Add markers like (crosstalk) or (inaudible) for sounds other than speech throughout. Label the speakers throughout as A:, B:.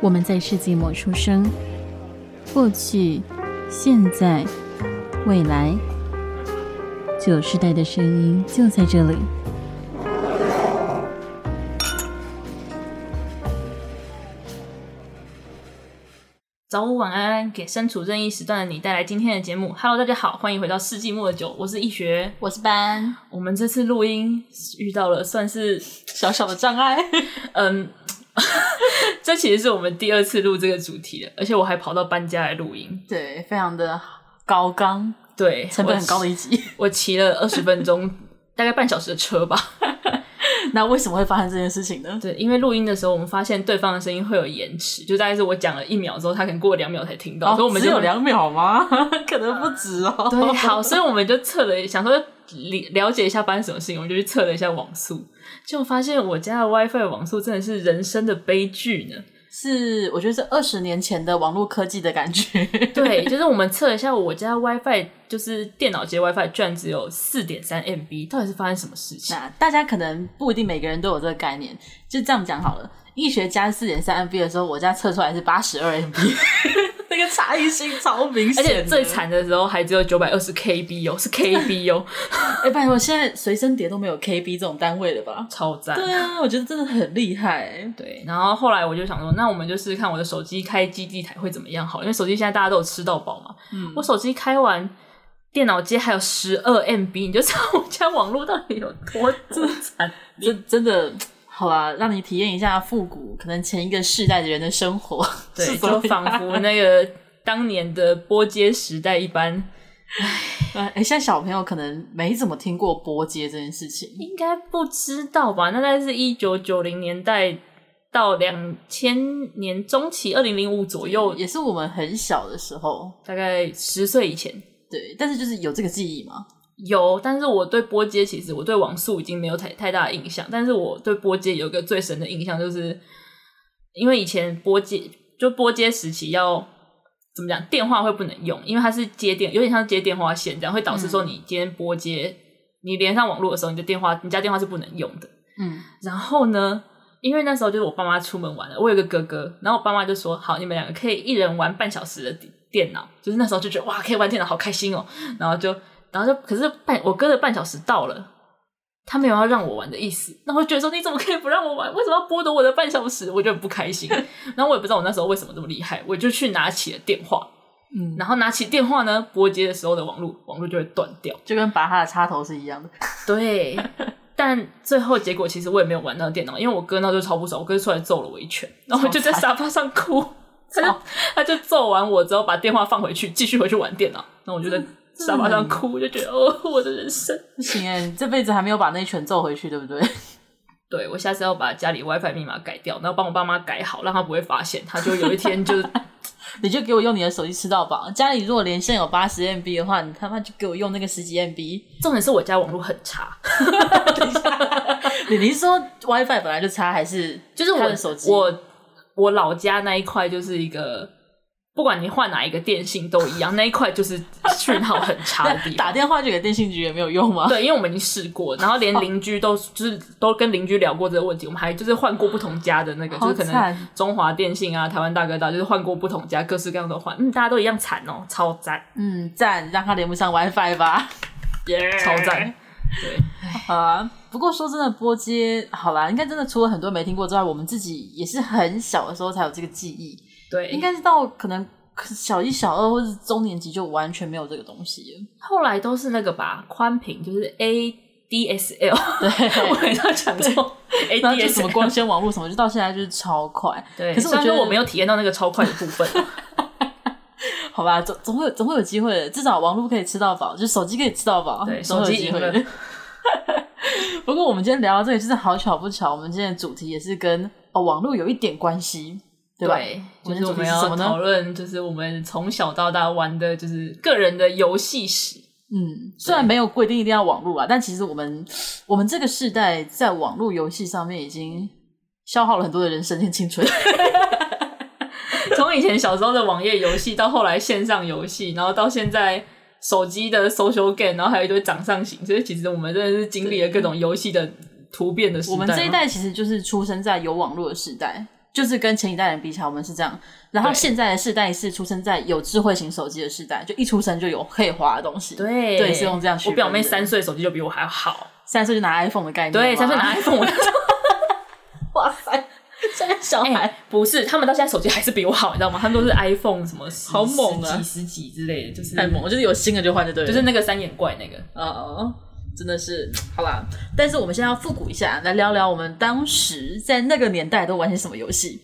A: 我们在世纪末出生，过去、现在、未来，九世代的声音就在这里。
B: 早午晚安，给身处任意时段的你带来今天的节目。Hello，大家好，欢迎回到世纪末的酒，我是易学。
A: 我是班，
B: 我们这次录音遇到了算是
A: 小小的障碍。
B: (laughs) 嗯，这其实是我们第二次录这个主题了，而且我还跑到搬家来录音，
A: 对，非常的高纲，
B: 对，
A: 成本很高的一集。
B: 我。我骑了二十分钟， (laughs) 大概半小时的车吧。
A: (laughs) 那为什么会发生这件事情呢？
B: 对，因为录音的时候，我们发现对方的声音会有延迟，就大概是我讲了一秒之后，他可能过了两秒才听到，所以我们
A: 哦只
B: 就
A: 有两秒吗？ (laughs) 可能不止哦。
B: 对，好，所以我们就测了，想说了了解一下发生什么事情，我们就去测了一下网速，结果发现我家的 WiFi 网速真的是人生的悲剧呢。
A: 是我觉得是二十年前的网络科技的感觉。
B: 对，就是我们测了一下我家 WiFi，就是电脑接 WiFi 居然只有四点三 MB，到底是发生什么事情？
A: (laughs) 那大家可能不一定每个人都有这个概念，就这样讲好了。医学加四点三 MB 的时候，我家测出来是八十二 MB，那 (laughs) 个差异性超明
B: 而
A: 显的。
B: 且最惨的时候还只有九百二十 KB 哦，是 KB 哦，
A: 哎、拜托，现在随身碟都没有 KB 这种单位了吧？
B: 超赞。
A: 对啊，我觉得真的很厉害。欸
B: 对，然后后来我就想说，那我们就试试看我的手机开基地台会怎么样好了，因为手机现在大家都有吃到饱嘛。
A: 嗯
B: 我手机开完，电脑接还有十二 MB，你就知道我家网络到底有
A: (laughs)
B: 多多惨。
A: 真真的好啦，让你体验一下复古，可能前一个世代的人的生活，
B: 对，
A: 是怎么
B: 就
A: 样
B: 仿佛那个当年的波街时代一般，
A: 哎、现在小朋友可能没怎么听过波街这件事情。
B: 应该不知道吧？那大概是一九九零年代到两千年中期，二零零五左右，
A: 也是我们很小的时候，
B: 大概十岁以前。
A: 对，但是就是有这个记忆嘛，
B: 有，但是我对波街其实我对网速已经没有太太大的印象，但是我对波街有一个最深的印象，就是因为以前波街就波街时期要怎么讲，电话会不能用，因为它是接电，有点像接电话线这样，会导致说你今天波接，你连上网络的时候，你的电话你家电话是不能用的。
A: 嗯，
B: 然后呢，因为那时候就是我爸妈出门玩了，我有个哥哥，然后我爸妈就说：“好，你们两个可以一人玩半小时的电电脑。”就是那时候就觉得哇，可以玩电脑好开心哦。然后就，然后就，可是半我哥的半小时到了，他没有要让我玩的意思，那我就觉得说你怎么可以不让我玩？为什么要剥夺我的半小时？我就很不开心。然后我也不知道我那时候为什么这么厉害，我就去拿起了电话，
A: 嗯
B: 然后拿起电话呢，拨接的时候的网络网络就会断掉。
A: 就跟拔他的插头是一样的。
B: 对，
A: (laughs)
B: 但最后结果其实我也没有玩到电脑，因为我哥那时候超不爽，我哥就出来揍了我一拳，然后我就在沙发上哭，他就
A: 超
B: 他就揍完我之后把电话放回去，继续回去玩电脑，那我就在
A: 嗯真的
B: 沙发上
A: 很
B: 哭，就觉得哦，我的人生。
A: 不行哎、你这辈子还没有把那一拳揍回去，对不对？ (laughs)
B: 对，我下次要把家里 WiFi 密码改掉，然后帮我爸妈改好，让他不会发现，他就有一天
A: (laughs)
B: 就
A: 你就给我用你的手机吃到饱。家里如果连线有八十 MB 的话，你他妈就给我用那个十几 MB。
B: 重点是我家网络很差，
A: 你 (laughs) 你是说 WiFi 本来就差，还是
B: 就是
A: 他
B: 我
A: 的手机？
B: 我我老家那一块就是一个，不管你换哪一个电信都一样，那一块就是讯号很差的地方。
A: (laughs) 打电话就给电信局也没有用
B: (laughs)
A: 吗？
B: 对，因为我们已经试过，然后连
A: 哦
B: 邻居都就是都跟邻居聊过这个问题，我们还就是换过不同家的那个，就
A: 好
B: 是可能
A: 惨
B: 中华电信啊、台湾大哥大，就是换过不同家，各式各样都换，嗯，大家都一样惨哦，超赞，
A: 嗯，赞，让他连不上 WiFi (laughs) 吧。
B: 超赞，对，
A: 好啊，不过说真的，波街好啦，应该真的除了很多没听过之外，我们自己也是很小的时候才有这个记忆，
B: 对，
A: 应该是到可能小一、小二或是中年级就完全没有这个东西了。
B: 后来都是那个吧，宽屏就是 (laughs) ADSL，我
A: (laughs) 对，
B: 很要讲错
A: 然后就什么光
B: ，ADSL。
A: 纤网络什么，就到现在就是超快。
B: 对，
A: 可是我
B: 虽然
A: 觉
B: 说
A: 得
B: 我没有体验到那个超快的部分，
A: 好吧，总总会有总会有机会的，至少网络可以吃到饱，就手机可以吃到饱，
B: 对，
A: 总
B: 手
A: 会有
B: 机
A: 机
B: 赢
A: 会
B: 了
A: 的。 (laughs) 不过我们今天聊到这里，就是好巧不巧，我们今天的主题也是跟哦网络有一点关系， (laughs) 对吧？
B: 对，
A: 我
B: 就
A: 们
B: 是
A: 的
B: 我
A: 主题
B: 们
A: 是
B: 要
A: 什么呢
B: 讨论，就是我们从小到大玩的，就是个人的游戏史。
A: 嗯，虽然没有规定一定要网络啊，但其实我们我们这个世代在网络游戏上面已经消耗了很多的人生跟青春。
B: 从以前小时候的网页游戏，到后来线上游戏，然后到现在手机的 social game，然后还有一堆掌上型，所以其实我们真的是经历了各种游戏的突变的时代。
A: 我们这一，代其实就是出生在有网络的时代，就是跟前一代人比起来，我们是这样。然后
B: 对
A: 现在的世代是出生在有智慧型手机的世代，就一出生就有可以滑的东西。
B: 对
A: 对，是用这样区
B: 我
A: 分的。
B: 表妹三岁手机就比我还要好，
A: 三岁就拿 iPhone 的概念吗，啊
B: 对，三岁
A: (laughs)
B: 拿 iPhone，我就
A: 哇塞，现在小
B: 哎、
A: 孩、
B: 不是，他们到现在手机还是比我好，你知道吗？他们都是 iPhone 什么十
A: 好猛啊
B: 十几十几之类的，就是
A: 太猛，了，就是有新的就换就对了，
B: 就是那个三眼怪那个。
A: 哦哦，真的是好啦。但是我们现在要复古一下，来聊聊我们当时在那个年代都玩些什么游戏。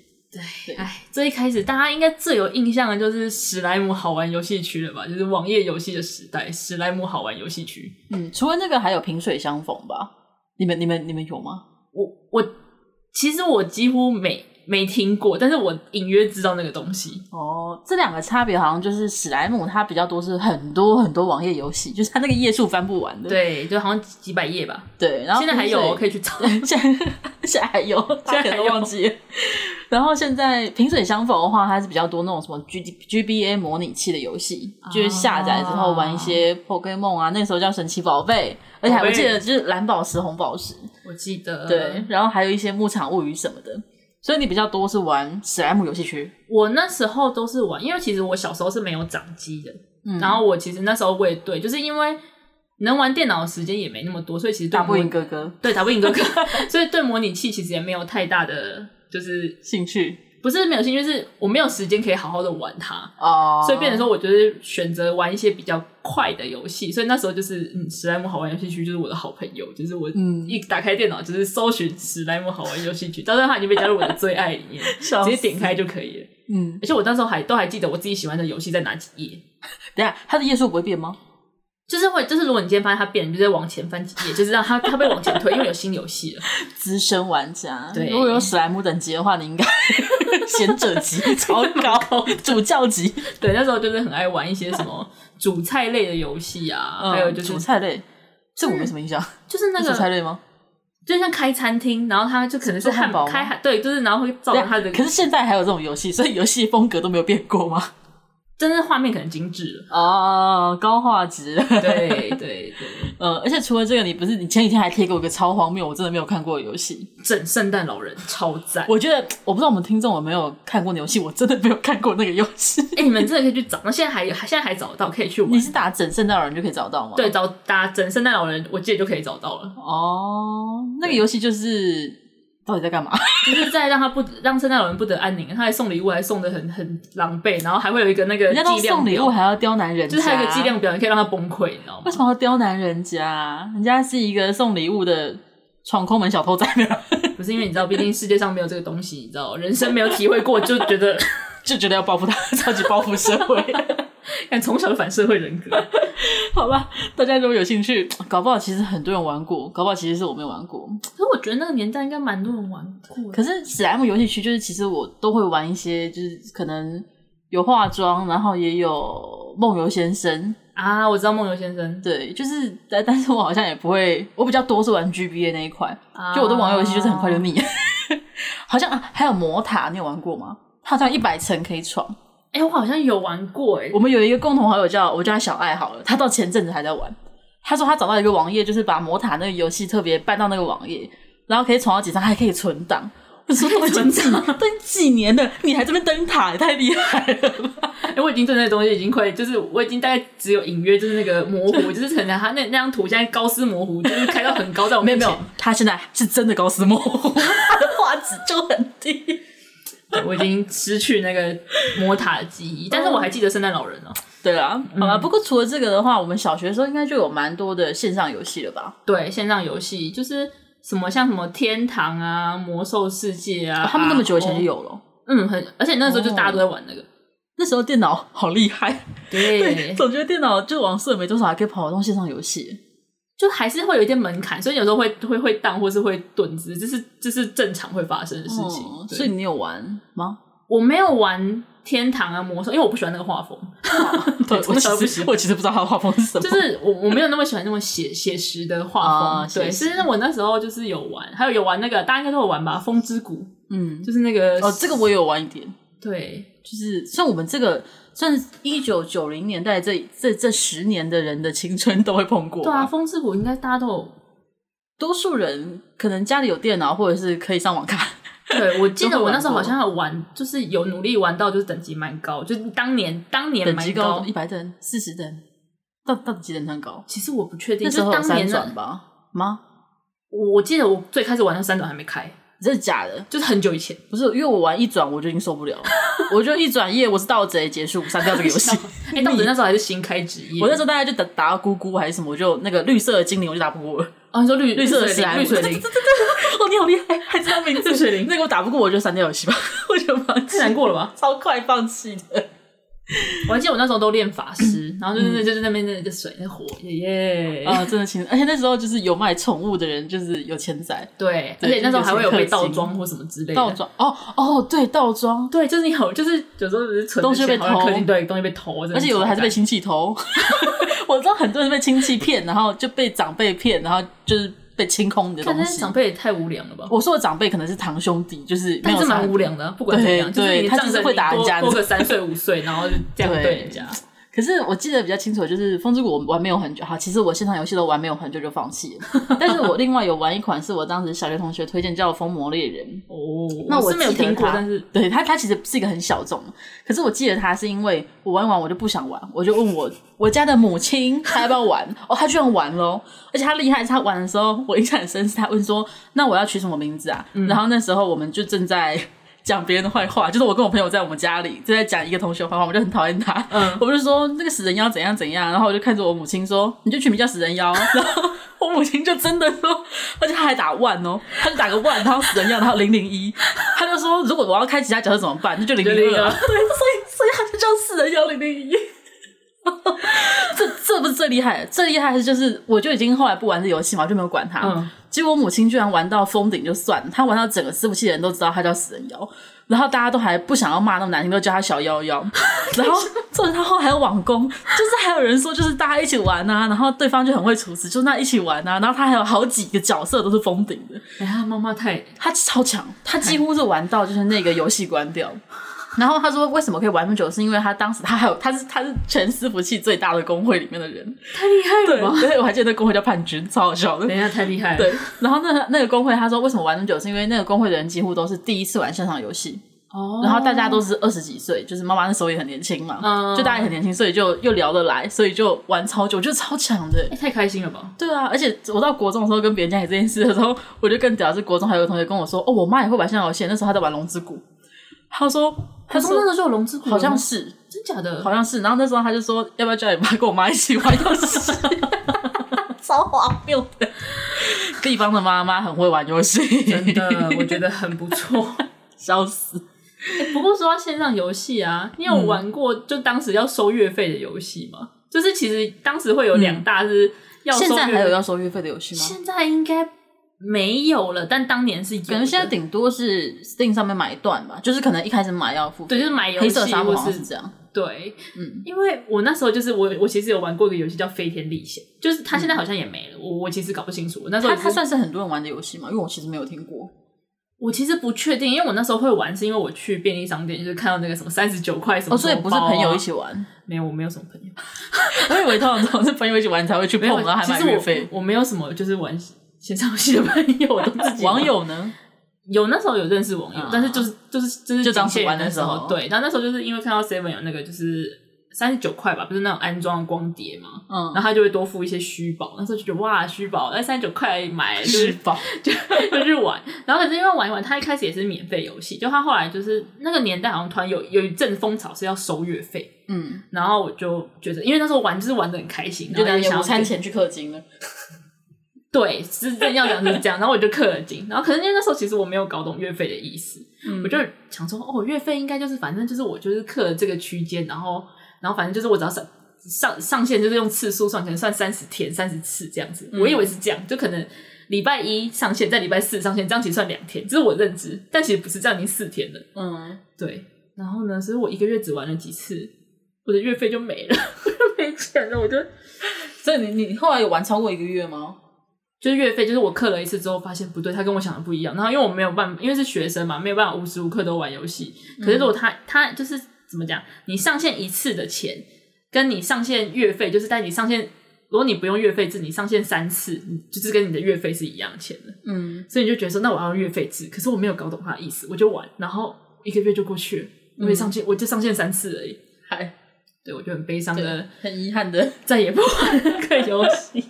B: 哎，最一开始大家应该最有印象的就是史莱姆好玩游戏区了吧？就是网页游戏的时代，史莱姆好玩游戏区。
A: 嗯，除了那个，还有萍水相逢吧？你们、你们、你们有吗？
B: 我我其实我几乎没没听过，但是我隐约知道那个东西。
A: 哦，这两个差别好像就是史莱姆它比较多是很多很多网页游戏，就是它那个页数翻不完的。
B: 对，就好像几百页吧，
A: 对，然后
B: 现在还有哦
A: 萍
B: 可以去找。
A: 水 (laughs) 现在现在还有，
B: 现在还有
A: 大家都忘记了。然后现在萍水相逢的话，它是比较多那种什么 G G B A 模拟器的游戏，
B: 啊
A: 就是下载之后玩一些 Pokemon 啊，那个时候叫神奇宝贝，而且还我记得就是蓝宝石、红宝石，
B: (laughs) 我记得，
A: 对，，然后还有一些牧场物语什么的。所以你比较多是玩史莱姆游戏区，
B: 我那时候都是玩，因为其实我小时候是没有掌机的，
A: 嗯
B: 然后我其实那时候我也对，就是因为能玩电脑的时间也没那么多，所以其实对
A: 打不
B: 模
A: 赢哥哥，
B: 对打不赢哥 (laughs) 哥，所以对模拟器其实也没有太大的，就是
A: 兴趣
B: 不是没有兴趣，就是我没有时间可以好好的玩它。
A: 哦，
B: 所以变成说，我就是选择玩一些比较快的游戏，所以那时候就是，嗯，史莱姆好玩游戏区就是我的好朋友，就是我
A: 嗯
B: 一打开电脑就是搜寻史莱姆好玩游戏区，到时候它已经被加入我的最爱里面，
A: (laughs) 笑
B: 直
A: 死
B: 接点开就可以了。
A: 嗯，
B: 而且我那时候还都还记得我自己喜欢的游戏在哪几页，
A: 等一下它的页数不会变吗？
B: 就是会，就是如果你今天发现它变，你就再往前翻几页，就是让它它被往前推，因为有新游戏了。
A: 资深玩家，
B: 对
A: 如果有史莱姆等级的话，
B: (laughs)
A: 你应该贤者级超高，主教级，
B: 对，那时候就是很爱玩一些什
A: (laughs)
B: 么主菜类的游戏啊，还有就是
A: 主嗯菜类，这我没什么印象，
B: 就是那
A: 是主菜
B: 个
A: 类吗？
B: 就像开餐厅，然后它就可能是
A: 做汉
B: 汉
A: 堡吗
B: 开汉对，就是然后会造成
A: 对啊
B: 哦它的，
A: 可是现在还有这种游戏，所以游戏风格都没有变过吗？
B: (laughs) 真是画面可能精致
A: (laughs)
B: 了。
A: 哦，高画质， (laughs)
B: 对对对，
A: 呃，而且除了这个，你不是你前几天还贴给我一个超荒谬，我真的没有看过的游戏。
B: 整圣诞老人超赞。
A: 我觉得我不知道我们听众有没有看过的游戏，我真的没有看过那个游
B: (laughs)
A: 戏。
B: 哎、你们真的可以去找，那现在还有，现在还找得到，可以去玩
A: 你。是打整圣诞老人就可以找到吗？
B: 对，找打整圣诞老人，我记得就可以找到了。
A: 哦，那个游戏就是到底在干
B: (laughs)
A: 嘛？
B: 就是在让他不让圣诞老人不得安宁，他还送礼物，还送的很很狼狈，然后还会有一个那个
A: 人家都
B: 计量
A: 送礼物
B: 表，
A: 还要刁难人家，
B: 就是还有一个计量表，你可以让他崩溃，你知道吗
A: 为？什么要刁难人家？人家是一个送礼物的闯空门小偷在那儿，
B: 不是因为你知道，毕竟世界上没有这个东西，你知道，人生没有体会过，就觉得
A: (laughs) 就觉得要报复他， (laughs) 超级报复社会。
B: 看从小就反社会人格。
A: 好吧，大家如果有兴趣，搞不好其实很多人玩过，搞不好其实是我没有玩过。
B: 可是我觉得那个年代应该蛮多人玩过的。
A: 可是史莱姆游戏区就是，其实我都会玩一些，就是可能有化妆，然后也有梦游先生，
B: 啊，我知道梦游先生，
A: 对，就是但但是我好像也不会，我比较多是玩 GBA 那一块，就我的网游游戏就是很快就
B: 啊。
A: 腻。 (laughs) 好像、啊、还有魔塔，你有玩过吗？它好像一百层可以闯。
B: 哎、我好像有玩过哎、
A: 我们有一个共同好友叫我叫他小爱好了，他到前阵子还在玩。他说他找到一个网页，就是把魔塔那个游戏特别搬到那个网页，然后可以闯到几张，还可以存档。我说都已
B: 存
A: 经几都已经几年了，你还这边登塔，也太厉害了吧！
B: 哎、我已经对那东西已经快，就是我已经大概只有隐约，就是那个模糊，就是可能他那那张图现在高斯模糊，就是开到很高，在我
A: 没有
B: 面前。
A: 没有， (laughs) 他现在是真的高斯莫，他的 (laughs) 画质就很低。
B: 对我已经失去那个魔塔的记忆，但是我还记得圣诞老人哦、
A: 对啦，好啦，不过除了这个的话，我们小学的时候应该就有蛮多的线上游戏了吧？
B: 对，线上游戏就是什么像什么天堂啊、魔兽世界啊，
A: 他们那么久以前就
B: 有，
A: 有了。
B: 嗯，很，而且那时候就大家
A: 哦
B: 都在玩
A: (laughs)
B: 那个。
A: 那时候电脑好厉害，
B: 对，
A: 总觉得电脑就网速也没多少，还可以跑得动线上游戏。
B: 就还是会有一点门槛，所以有时候会会会荡，或是会顿之，这是这是正常会发生的事情。
A: 哦
B: 对
A: 所以你有玩吗？
B: 我没有玩天堂啊魔兽，因为我不喜欢那个画风， (laughs) 对，从
A: 我
B: 小就不
A: 其
B: 喜
A: 实
B: 欢。
A: 我其实不知道它的画风是什么。
B: 就是我我没有那么喜欢那种写写实的画
A: 啊
B: 风，对，
A: 写实
B: 是我那时候就是有玩，还有有玩那个大家应该都有玩吧，《风之谷
A: 嗯》，，
B: 就是那呃个
A: 哦，这个我也有玩一点，
B: 对
A: 就是像我们这个算一九九零年代这这这十年的人的青春都会碰过
B: 对啊，《
A: 吧。
B: 风之
A: (laughs)
B: 谷》应该大家都有
A: 多数人可能家里有电脑，或者是可以上网看，
B: 对，我记
A: 都
B: 得
A: 会
B: 我那
A: 玩
B: 时候好
A: 过
B: 像有玩，就是有努力玩到，就是等级蛮高，就是当年当年
A: 等
B: 蛮
A: 级高，一百等、四十等，到到底几等算高？
B: 其实我不确定，
A: 那时
B: 就
A: 候
B: 是
A: 有
B: 当
A: 三
B: 年
A: 转
B: 的，
A: 吧？吗？
B: 我我记得我最开始玩到三转还没开，
A: 这是假的？
B: 就是很久以
A: (laughs)
B: 前。
A: 不是，因为我玩一转我就已经受不了了，我就一转页我是盗贼结束，删掉这个游
B: (laughs)
A: 戏。
B: 哎、到底那时候还是新开职业，
A: 我那时候大概就打打到咕咕还是什么，我就那个绿色的精灵我就打不过了。
B: 哦，你说绿
A: 绿色的
B: 水灵，
A: 史
B: 绿水 (laughs)
A: 莱姆
B: 灵，
A: 哦，你好厉害，还知道名字。
B: 绿水灵
A: 那个我打不过我就删掉游戏吧，我就放弃
B: 太，难过了吧？
A: 超快放弃的。
B: 我还记得我那时候都练法
A: 嗯
B: 师，然后就是就是那边的那个水、那火，哦耶耶。
A: 啊，真的亲，而且那时候就是有卖宠物的人就是有钱仔。
B: 对，而
A: 对
B: 且那时候还会有被
A: 就是有
B: 倒
A: 些氪金
B: 装或什么之类的。
A: 倒装哦哦，对倒装，
B: 对，就是你有，就是有时候不是存的
A: 东西被
B: 钱好像
A: 偷
B: 氪金对，东西被偷，
A: 而且有的还是被亲戚
B: (laughs)
A: 偷。我知道很多人被亲戚骗，然后就被长辈骗，然后就是被清空你的
B: 但
A: 东
B: 是
A: 西
B: 长。辈也太无良了吧？
A: 我说的长辈可能是堂兄弟，就是没
B: 但
A: 有
B: 是蛮
A: 差
B: 无良的啊，不管怎么样，
A: 对
B: 是你
A: 对他
B: 仗
A: 就是
B: 着
A: 会
B: 你
A: 打人
B: 多
A: 家
B: 多
A: 的
B: 个三岁五岁，然后就这样
A: 对
B: 对人家。
A: 可是我记得比较清楚，的就是《风之谷》我玩没有很久，好，其实我线上游戏都玩没有很久就放
B: (laughs)
A: 弃了。但是我另外有玩一款是我当时小学同学推荐叫《疯魔猎人》，
B: 哦，
A: 那
B: 我
A: 我
B: 是没有
A: 记得
B: 听过，
A: 他
B: 但是
A: 对它它其实是一个很小众，可是我记得它是因为我玩一玩我就不想玩，我就问我我家的母亲她要不要玩，哦，她居然玩喽！而且她厉害，是她玩的时候我印象很深，是她问说那我要取什么名字啊？然后那时候我们就正在。讲别人的坏话，就是我跟我朋友在我们家里正在讲一个同学的坏话，我们就很讨厌他。
B: 嗯
A: 我就说那个死人妖怎样怎样，然后我就看着我母亲说，你就取名叫死人妖。啊 (laughs) 然后我母亲就真的说，而且她还打万哦，她就打个万，然后死人妖，然后零零一，她就说如果我要开其他角色怎么办？那就零零
B: 001
A: 二。
B: 啊
A: (laughs) 对，所以所以她就叫死人妖零零一。这 (laughs) 这不是最厉害的，最厉害的是就是我就已经后来不玩这游戏嘛，我就没有管他。
B: 嗯
A: 结果我母亲居然玩到封顶就算了，她玩到整个伺服器的人都知道她叫死人妖，然后大家都还不想要骂那么难听，都叫她小妖妖。 (laughs) 然后重点她后来还有网攻，就是还有人说就是大家一起玩啊，然后对方就很会处置，就那一起玩啊，然后她还有好几个角色都是封顶的，
B: 哎呀，妈妈太
A: 她超强，她几乎是玩到就是那个游戏关掉。然后她说为什么可以玩那么久，是因为她当时她还有她是她是全伺服器最大的工会里面的人，
B: 太厉害
A: 对，
B: 了吧？
A: 所以我还记得那工会叫叛军，超好笑的
B: 等。一下，太厉害了。
A: 对，然后那那个工会他说为什么玩那么久，是因为那个工会的人几乎都是第一次玩线上游戏，
B: 哦，
A: 然后大家都是二十几岁，就是妈妈那时候也很年轻嘛，
B: 嗯
A: 就大家也很年轻，所以就又聊得来，所以就玩超久，我觉得超强的。
B: 哎太开心了吧？
A: 对啊，而且我到国中的时候跟别人讲起这件事的时候，我就更屌，是国中还有个同学跟我说，哦，我妈也会玩线上游戏，那时候她在玩龙之谷，她说，她
B: 可是那
A: 说
B: 个时候龙之谷
A: 好像
B: 吗
A: 是，
B: 真假的，
A: 好像是，然后那时候她就说，要不要叫你妈跟我妈一起玩游戏？ (laughs) 超荒谬的，地方的妈妈很会玩游戏，
B: 真的， (laughs) 我觉得很不 (laughs) 错。
A: (laughs) 笑死！
B: 哎不过说到线上游戏啊，你有玩过就当时要收月费的游戏吗？就是其实当时会有两大是要收
A: 现
B: 月费，
A: 在还有要收月费的游戏吗？
B: 现在应该没有了，但当年是有的。
A: 感觉现在顶多是 Steam 上面买一段吧，就是可能一开始买要付费，
B: 对就是买游戏
A: 黑色沙
B: 或
A: 漠
B: 是
A: 好像是这样，
B: 对，
A: 嗯，
B: 因为我那时候就是我我其实有玩过一个游戏叫《飞天历险》，就是它现在好像也没了，我我其实搞不清楚。我那时候
A: 嗯
B: 也是
A: 它它算是很多人玩的游戏嘛，因为我其实没有听过。
B: 我其实不确定，因为我那时候会玩是因为我去便利商店就是看到那个什么三十九块什么、啊
A: 哦，所以不是朋友一，起玩，
B: 没有，我没有什么朋友。
A: 我以为通常都是朋友一起玩才会去碰
B: 没有，，
A: 然后还
B: 其
A: 买
B: 实
A: 月费。
B: 我。我没有什么就是玩线上游戏的朋友，我都自己玩
A: 网友呢？
B: 有那时候有认识网友，
A: 啊
B: 但是就是就是就是
A: 就
B: 仅
A: 当时
B: 限于
A: 玩的
B: 那时
A: 时候
B: 对。然后那时候就是因为看到 Seven 有那个就是三十九块吧，不是那种安装光碟嘛，
A: 嗯
B: 然后他就会多付一些虚宝。那时候就觉得哇，虚宝那三十九块买就是
A: 宝，
B: 就就是玩，然后可是因为玩一玩，它一开始也是免费游戏，就它后来就是那个年代好像突然有有一阵风潮是要收月费，
A: 嗯，
B: 然后我就觉得，因为那时候玩就是玩的很开心，
A: 就
B: 然后
A: 拿
B: 就想
A: 啊午
B: 要
A: 餐
B: 给
A: 钱去氪金了。
B: 对，是正要讲是这样，然后我就氪了金，然后可是因为那时候其实我没有搞懂月费的意思，我就想说哦，月费应该就是反正就是我就是氪了这个区间，然后然后反正就是我只要上上上限就是用次数算，可能算三十天三十次这样子，我以为是这样，就可能礼拜一上线，在礼拜四上线，这样其实算两天，这是我认知，但其实不是，这样已经四天了，
A: 嗯，
B: 对，然后呢，所以我一个月只玩了几次，我的月费就没了， (laughs) 我就没钱了，我就
A: 所以你你后来有玩超过一个月吗？
B: 就是月费，就是我氪了一次之后发现不对，他跟我想的不一样。然后因为我没有办法，因为是学生嘛，没有办法无时无刻都玩游戏。可是如果他、他就是怎么讲，你上线一次的钱，跟你上线月费，就是在你上线如果你不用月费制，你上线三次，你就是跟你的月费是一样的钱的。
A: 嗯，
B: 所以你就觉得说，那我要用月费制，可是我没有搞懂他的意思，我就玩，然后一个月就过去了，我也上线，我就上线三次而已，
A: 还
B: 对我就很悲伤的，
A: 很遗憾的。 (laughs)
B: 再也不玩这个游戏。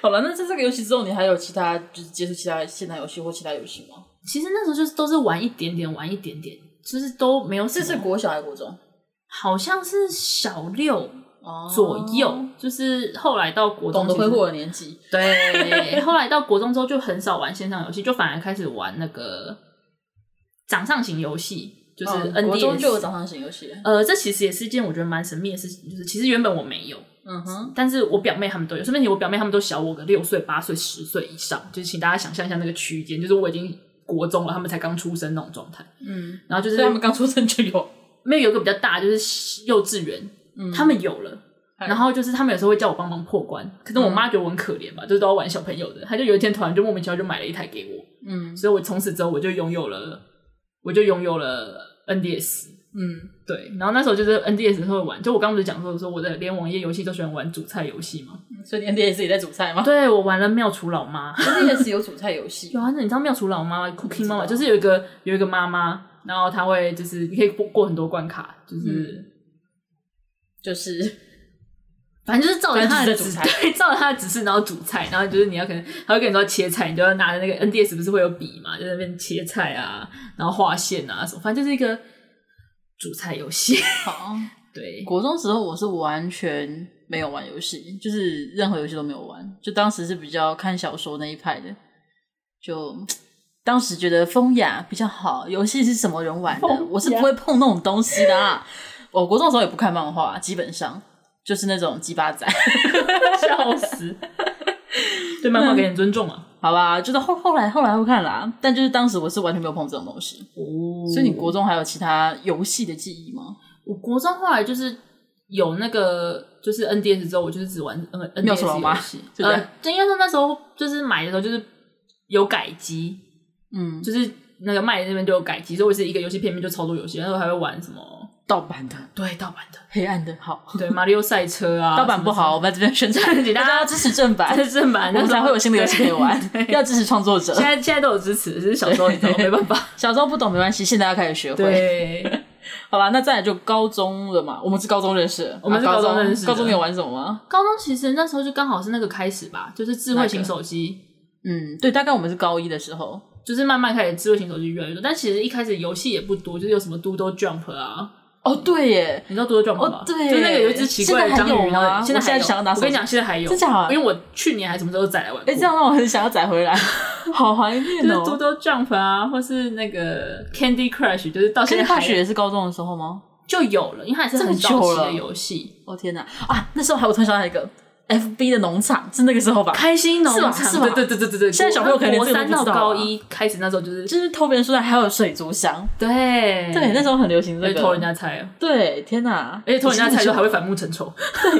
A: 好了，那在这个游戏之后，你还有其他就是接触其他现代游戏或其他游戏吗？
B: 其实那时候就是都是玩一点点，玩一点点，就是都没有什
A: 这
B: 么。
A: 是国小还是国中？
B: 好像是小六
A: 哦
B: 左右，就是后来到国中
A: 懂得
B: 其实
A: 挥霍的年纪。
B: 对，后来到国中之后就很少玩线上游戏，就反而开始玩那个掌上型游戏，就是
A: 嗯
B: NDS。
A: 国中就有掌上型游戏了。
B: 呃，这其实也是一件我觉得蛮神秘的事情，就是其实原本我没有，
A: 嗯哼，
B: 但是我表妹她们都有，顺便提我表妹她们都小我个六岁、八岁、十岁以上，就是请大家想象一下那个区间，就是我已经国中了，她们才刚出生那种状态。
A: 嗯，
B: 然后就是
A: 所以他们刚出生就有。
B: 没有有一个比较大，就是幼稚园，
A: 嗯
B: 他们有了。
A: 哎
B: 然后就是他们有时候会叫我帮忙破关，可能我妈觉得我很可怜吧，就是都要玩小朋友的。她就有一天突然就莫名其妙就买了一台给我，
A: 嗯
B: 所以我从此之后我就拥有了，我就拥有了 NDS。
A: 嗯
B: 对，然后那时候就是 NDS 会玩，就我刚不是讲说说我的连网页游戏都喜欢玩主菜游戏嘛，
A: 嗯，所以你 NDS 也在煮菜吗
B: 对我玩了妙厨老妈，
A: ？NDS 有煮菜游戏
B: 有。啊，那你知道妙厨老妈 Cooking 妈妈
A: 我知道
B: 就是有一个有一个妈妈，然后她会就是你可以过过很多关卡，就
A: 嗯
B: 是、
A: (laughs) 就是 (laughs)
B: 反正就是照着他的指
A: 反正就是在煮菜
B: 对，照着他的指示，然后煮菜，然后就是你要可能还会跟你说切菜，你就要拿着那个 NDS 不是会有笔嘛，就在那边切菜啊，然后画线啊什么，反正就是一个煮菜游戏。
A: 好。
B: 对，
A: 国中时候我是完全没有玩游戏，就是任何游戏都没有玩，就当时是比较看小说那一派的，就当时觉得风雅比较好，游戏是什么人玩的
B: 风雅，
A: 我是不会碰那种东西的、啊。 (laughs) 我国中的时候也不看漫画，啊基本上就是那种鸡巴仔， (laughs)
B: 笑死。对漫画给点尊重啊。
A: 好吧，就是后后来后来会看啦，但就是当时我是完全没有碰这种东西。
B: 哦
A: 所以你国中还有其他游戏的记忆吗？
B: 我国中后来就是有那个就是 NDS 之后，我就是只玩呃 N
A: 妙手
B: NDS
A: 老妈
B: 游戏。
A: 对不对
B: 呃，就应该说那时候就是买的时候就是有改机，
A: 嗯，
B: 就是那个卖的那边就有改机，所以我是一个游戏片面就超多游戏，那时候还会玩什么。
A: 盗版的、
B: 对，盗版的，
A: 黑暗的，好，
B: 对，马里奥赛车啊，
A: 盗版不好，我们在这边宣传，
B: 请大
A: 大
B: 家
A: 家要支持正版
B: (laughs) 什么，，这是正版，
A: 我们才会有新的游戏可以玩
B: 对。对
A: 要支持创作者
B: (laughs) 现。在现在都有支持，只是小时候你知道没办
A: (laughs)
B: 法。
A: 小时候不懂没关系，现在要开始学会。
B: 对，
A: 好吧，那再来就高中了嘛，我们是高中认识的，
B: 我们是
A: 啊
B: 高
A: 高
B: 中认识的
A: 高中有玩什么吗？
B: 高中其实那时候就刚好是那个开始吧，就是智慧型手机，
A: 嗯，对，大概我们是高一的时候，
B: 就是慢慢开始智慧型手机越来越多。但其实一开始游戏也不多，就是有什么 Doodle Jump 啊，
A: 哦，对耶，
B: 你知道 Doodle Jump 吗？
A: 哦对
B: 就那个有一只奇怪的章鱼，
A: 现在还有吗
B: 然后现在
A: 我现在
B: 还有
A: 想要拿
B: 我
A: 手机
B: 跟你讲，现在还有，
A: 真假啊
B: 因为我去年还什么时候再来玩过
A: 哎，这样让我很想要载回来，
B: (laughs)
A: 好怀
B: 就
A: 念
B: 是
A: 哦。
B: Doodle Jump 啊，或是那个 Candy Crush，就是到现
A: 跟
B: 在
A: 大
B: 还
A: 学也是高中的时候吗？
B: 就有了，因为它也是
A: 这么
B: 很早期
A: 久
B: 的
A: 了
B: 游戏。
A: 哦天哪啊！那时候还我突然想到一个 FB 的农场，是那个时候吧？
B: 开心农场，
A: 是吧是吧
B: 对对对对对对。
A: 现在小朋友可能连
B: 国
A: 这个都
B: 三
A: 不
B: 到
A: 知道啊
B: 高一开始那时候就是
A: 就是偷别人蔬菜，还有水族箱，
B: 对
A: 对，那时候很流行这
B: 会
A: 个。
B: 偷人家菜哦，
A: 对，天哪！
B: 而且偷人家菜就还会
A: 反。
B: 反目成仇。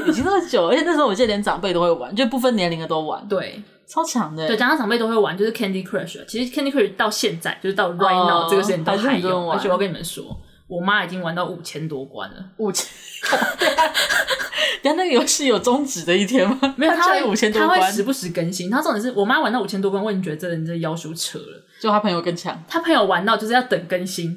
A: 已经那么久，而且那时候我记得连长辈都会玩，就不分年龄的都玩，
B: 对
A: 超强的。欸
B: 对，，家长长辈都会玩，就是 Candy Crush 啊。其实 Candy Crush 到现在就是到 right now
A: 哦
B: 这个时间都
A: 还是
B: 还
A: 很多人
B: 有，
A: 玩
B: 而且我要跟你们说，我妈已经玩到五千多关了。
A: 五千。 (laughs) 人家那个游戏有终止的一天吗？
B: (laughs) 没有，
A: 他
B: 她
A: 五千
B: 会
A: 多
B: 她会
A: 关，
B: 时不时更新。她重点是我妈玩到五千多关，我已经觉得这人真的要求扯了。
A: 就他朋友更强。
B: 他朋友玩到就是要等更新，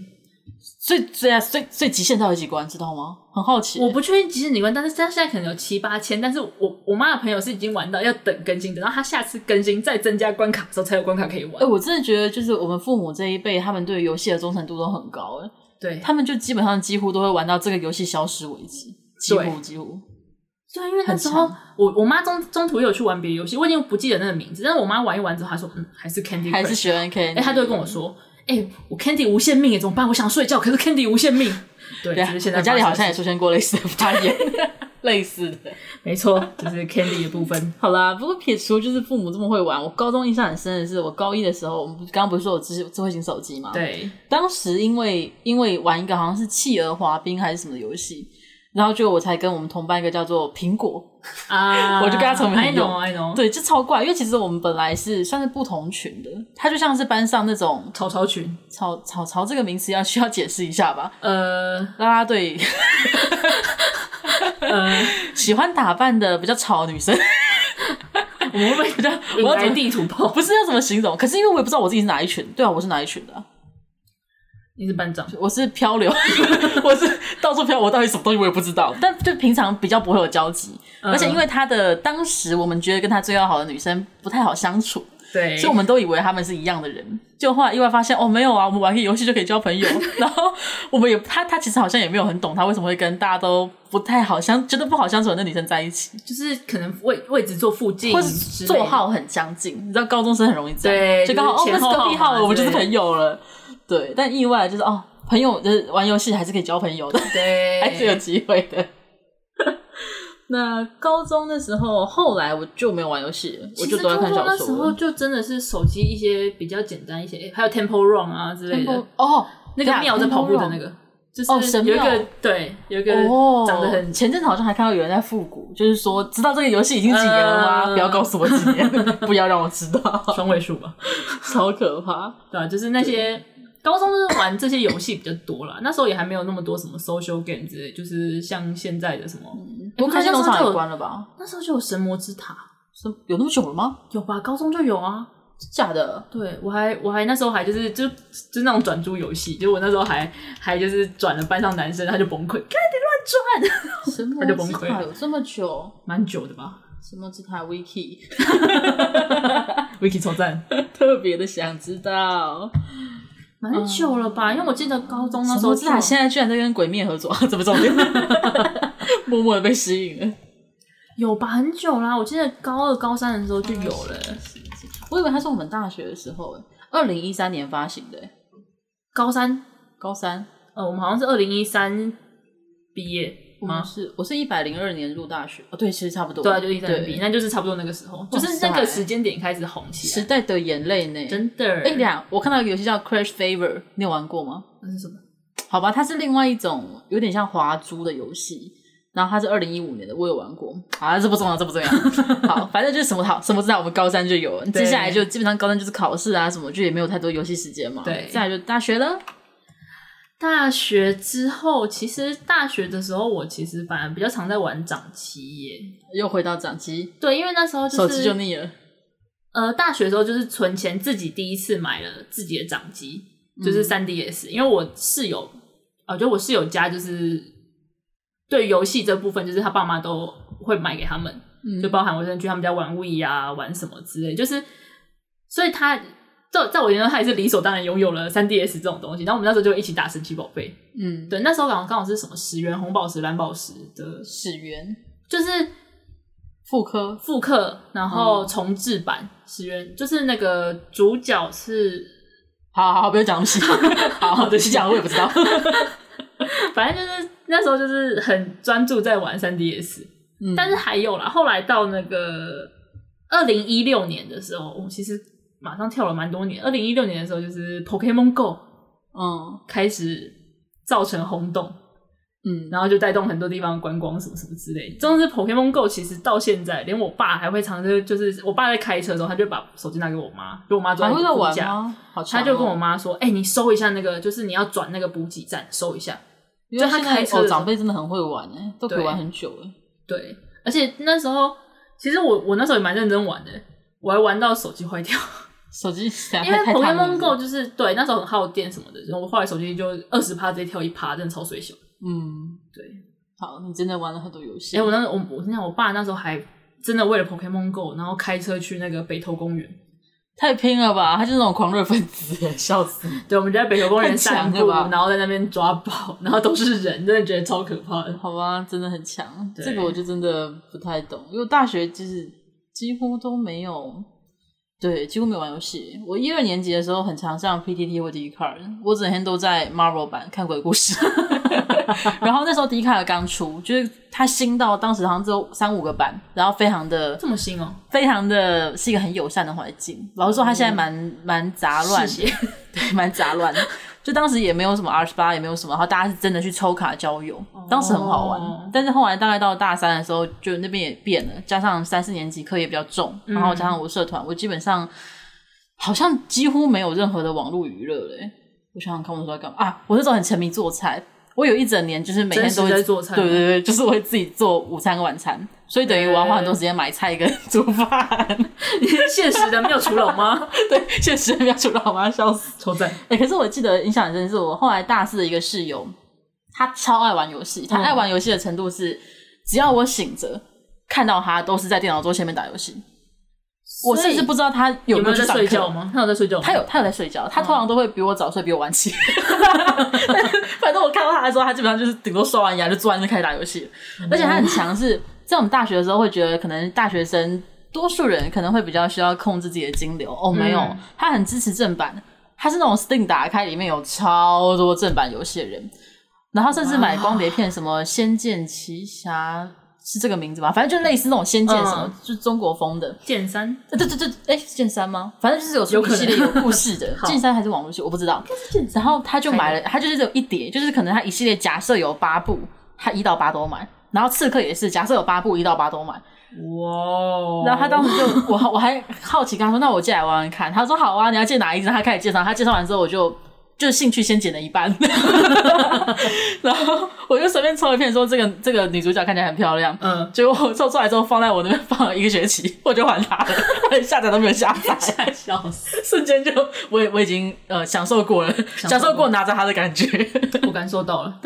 A: 最最啊最最极限到底几关，知道吗？很好奇。
B: 我不确定即使你关，但是他现在可能有七八千，但是我我妈的朋友是已经玩到要等更新，等到他下次更新再增加关卡的时候才有关卡可以玩。
A: 哎、我真的觉得就是我们父母这一辈，他们对游戏的忠诚度都很高，哎，
B: 对，
A: 他们就基本上几乎都会玩到这个游戏消失为止，几乎
B: 对
A: 几乎。
B: 对，因为那
A: 很
B: 时候
A: 强
B: 我我妈中中途有去玩别的游戏，我已经不记得那个名字，但是我妈玩一玩之后，她说嗯还是 Candy，
A: 还是
B: Crush
A: 学 N K，
B: 哎、她就会跟我说。哎、我 Candy 无限命耶，怎么办？我想睡觉，可是 Candy 无限
A: (laughs)
B: 命。对，
A: 对
B: 就
A: 啊
B: 是现，在
A: 我家里
B: 发
A: 好
B: 生
A: 像
B: 的
A: 也出现过类似的发
B: (laughs)
A: 言，类似的。
B: 没错，就是 Candy 的部分。
A: 好啦，不过撇除就是父母这么会玩，我高中印象很深的是，我高一的时候，我们不刚刚不是说有智智慧型手机嘛？。 (laughs)
B: 对，
A: 当时因为因为玩一个好像是企鹅滑冰还是什么的游戏，然后就我才跟我们同班一个叫做苹果，
B: 啊，
A: 我就跟她成为
B: I
A: 朋友
B: know，I know，
A: 对，这超怪，因为其实我们本来是算是不同群的，他就像是班上那种
B: 曹操群，(laughs)
A: 草草草这个名词要需要解释一下吧，
B: 呃，
A: 啦啦队。
B: 呃，
A: 喜欢打扮的比较吵的女生，
B: 我们会不会比较
A: 我要
B: 我
A: 怎
B: 来
A: 么
B: 地图炮？
A: 不是要怎么形容？可是因为我也不知道我自己是哪一群，对啊，我是哪一群的啊、
B: 你是班长，
A: 我是漂流，我是到处漂，我到底什么东西我也不知道。但就平常比较不会有交集，
B: 嗯
A: 而且因为他的当时我们觉得跟他最要好的女生不太好相处，
B: 对，
A: 所以我们都以为他们是一样的人。就后来意外发现，哦，没有啊，我们玩个游戏就可以交朋友。 (laughs) 然后我们也他他其实好像也没有很懂他为什么会跟大家都不太好相，觉得不好相处的那女生在一起，
B: 就是可能位位置坐附近，
A: 或是座。号很相近。你知道高中生很容易这样，
B: 对
A: 就刚
B: 就
A: 好
B: 是
A: 哦，
B: 前
A: 那是
B: 后
A: 隔壁号
B: 号
A: 了，
B: 码
A: 我们就是
B: 之类的
A: 朋友了。对，但意外就是哦，朋友就是玩游戏还是可以交朋友的。
B: 对，
A: 还是有机会的。 (laughs) 那高中的时候，后来我就没有玩游戏了，我
B: 其
A: 就
B: 实
A: 都在看
B: 高中
A: 小
B: 那时候
A: 说。
B: 就真的是手机一些比较简单一些，诶哎还有 Temple 啊 Run 啊之类的，
A: 哦，
B: 那个庙在跑步的那个，就
A: 哦
B: 是
A: 神
B: 有一个
A: 庙
B: 对，有一个
A: 哦，
B: 长得很
A: 前阵子好像还看到有人在复古，就是说知道这个游戏已经几年了吗？
B: 嗯
A: 不要告诉我
B: (laughs)
A: 几年，不要让我知道，
B: 双位数吧，
A: 超可怕。
B: 对啊，就是那些高中就是玩这些游戏比较多啦，那时候也还没有那么多什么 social game 之类，就是像现在的什么，哎
A: 我看
B: 那时
A: 现农
B: 候
A: 场
B: 就
A: 也
B: 有
A: 关了吧？
B: 那时候就有神魔之塔，
A: 是有那么久了吗？
B: 有吧？高中就有啊。
A: 是假的？
B: 对，我还我还那时候还就是就就那种转租游戏，就我那时候还还就是转了班上男生，他就崩溃，看你乱转，
A: 什么
B: 我就崩溃
A: 之塔有这么久？
B: 蛮久的吧
A: 什么之塔 Wiki？ (laughs)
B: ？Vicky 抽赞，
A: 特别的想知道。
B: 蛮久了吧？因为我记得高中那时
A: 什
B: 候
A: 么
B: 就
A: 之塔现在居然在跟鬼灭合作， (laughs) 怎么重点？默默的被吸引了。
B: 有吧，很久啦。我记得高二高三的时候就有了、
A: 我以为他是我们大学的时候，哎，二零一三年发行的，哎
B: 高三，
A: 高三。
B: 呃，我们好像是二零一三毕业
A: 我
B: 吗
A: 们？是我是一百零二年入大学，哦，对，其实差不多。
B: 对啊，就一三
A: 对
B: 毕，那就是差不多那个时候，就是那
A: 哇塞
B: 个时间点开始红起
A: 时
B: 来，
A: 代的眼泪呢。
B: 真的。
A: 哎，俩，我看到一个游戏叫 Crash Fever，你有玩过吗？
B: 那是什么？
A: 好吧，它是另外一种有点像滑珠的游戏，然后它是二零一五年的，我有玩过啊，这不重要，这不重要。好，反正就是什么好什么知道，我们高三就有了，接下来就基本上高三就是考试啊什么，就也没有太多游戏时间嘛。
B: 对
A: 再来就大学了，
B: 大学之后，其实大学的时候，我其实反而比较常在玩掌棋耶。
A: 又回到掌机，
B: 对，因为那时候
A: 手
B: 就是
A: 机就腻了。
B: 呃，大学的时候就是存钱自己第一次买了自己的掌机，
A: 嗯
B: 就是三 DS，、因为我室友，我觉得我室友家就是对游戏这部分，就是他爸妈都会买给他们，
A: 嗯
B: 就包含我真的去他们家玩 We 啊，玩什么之类，就是所以他。在在我眼中，他也是理所当然拥有了三 DS 这种东西。然后我们那时候就一起打神奇宝贝，
A: 嗯，
B: 对，那时候好像刚好是什么十元红宝石、蓝宝石的，
A: 始源
B: 就是
A: 妇科
B: 复刻，然后
A: 嗯
B: 重制版十元，就是那个主角是，
A: 好好好，不要讲那么细。好，对，细讲我也不知道。
B: 反正就是那时候就是很专注在玩三 DS，、
A: 嗯
B: 但是还有啦，后来到那个二零一六年的时候，我、其实马上跳了蛮多年。二零一六年的时候，就是 Pokemon Go
A: 嗯
B: 开始造成轰动，
A: 嗯，
B: 然后就带动很多地方观光什么什么之类。真的是 Pokemon Go，其实到现在，连我爸还会常常就是我爸在开车的时候，他就把手机拿给我妈，哦就我妈坐
A: 还
B: 在
A: 会在
B: 副
A: 玩
B: 驾，
A: 吗？好强
B: 他
A: 哦，
B: 就跟我妈说：“哎、你搜一下那个，就是你要转那个补给站，搜一下。
A: 因为
B: 就他
A: 现在
B: 开车的
A: 哦，
B: 时候
A: 长辈真的很会玩哎，都可以
B: 对
A: 玩很久了。”
B: 对，而且那时候其实我我那时候也蛮认真玩的，我还玩到手机 (laughs) 坏掉，
A: 手机
B: 因为 Pokemon
A: 够
B: Go 就是对那时候很耗电什么的，然后我后来手机就二十趴直接跳一趴，真的超水小。
A: 嗯。
B: 对，
A: 好，你真的玩了很多游戏。
B: 哎、我那时候我我跟你讲，我爸那时候还真的为了 Pokemon Go，然后开车去那个北投公园。
A: 太拼了吧！他就是那种狂热分子，笑死！
B: 对，我们就在北投公园散
A: 太强
B: 步，
A: 了吧
B: 然后在那边抓宝，然后都是人，真的觉得超可怕的。
A: 好吧，真的很强。
B: 对
A: 这个我就真的不太懂，因为我大学就是几乎都没有，对，几乎没有玩游戏。我一二年级的时候很常上 PTT 或 d c a r 我整天都在 Marvel 版看鬼故事。 (laughs) 然后那时候 d c a r 刚出，就是它新到当时好像只有三五个版，然后非常的
B: 这么新哦、
A: 非常的是一个很友善的环境。老实说，它现在蛮蛮杂乱
B: 是
A: 的， (laughs) 对，蛮杂乱的。就当时也没有什么 R 十八，也没有什么，然后大家是真的去抽卡交友，当时很好玩。
B: 哦
A: 但是后来大概到大三的时候，就那边也变了，加上三四年级课也比较重，
B: 嗯
A: 然后加上我社团，我基本上好像几乎没有任何的网络娱乐嘞、我想想看，我那时候在干嘛啊？我那时候很沉迷做菜，我有一整年就是每天都
B: 真实
A: 会
B: 在做菜吗
A: 对对对，就是我会自己做午餐跟晚餐，所以等于我要花很多时间买菜跟 (laughs) 煮饭。
B: 你是 (laughs) 现实的没有除笼 (laughs) 吗？
A: 对，确实不要煮到我妈笑死。
B: 抽赞，
A: 哎、可是我记得印象很深，是我后来大四的一个室友，他超爱玩游戏，他
B: 嗯
A: 爱玩游戏的程度是，只要我醒着看到他，都是在电脑桌前面打游戏。我甚至不知道他
B: 有
A: 有没
B: 没有
A: 去
B: 在
A: 上
B: 睡觉
A: 课。
B: 吗？他有在睡觉吗？
A: 他有，他有在睡觉，
B: 嗯
A: 他通常都会比我早睡，比我晚起。 (laughs) 反正我看到他的时候，他基本上就是顶多刷完牙就坐在那边开始打游戏了，
B: 嗯
A: 而且他很强势。在我们大学的时候，会觉得可能大学生多数人可能会比较需要控制自己的金流。哦，没有，
B: 嗯
A: 他很支持正版，他是那种 Steam 打开里面有超多正版游戏的人，然后甚至买光碟片，什么《仙剑奇侠》是这个名字吗？反正就类似那种《仙剑》什么，
B: 嗯
A: 就是中国风的。
B: 剑三，
A: 对对对，哎，是剑三吗？反正就是有
B: 有
A: 出
B: 可
A: 一系列有
B: 能
A: 故事的
B: (laughs) 好
A: 剑三还是网络剧，我不知道。然后他就买了，他就是只有一叠，就是可能他一系列假设有八部，他一到八都买。然后刺客也是，假设有八部，一到八都买。
B: 哇哦！
A: 然后他当时就，我我还好奇跟他说：“那我借来玩玩看。”他说：“好啊，你要借哪一只？”他开始介绍，他介绍完之后，我就就兴趣先减了一半， (laughs) 然后我就随便抽一片，说这个这个女主角看起来很漂亮，
B: 嗯，
A: 结果我做出来之后放在我那边放了一个学期，我就还他了， (laughs) 我连下载都没有下载，
B: 笑死！
A: 瞬间就我也我已经呃享受过了，
B: 受过
A: 享受过拿着他的感觉。
B: (laughs) 我感受到了，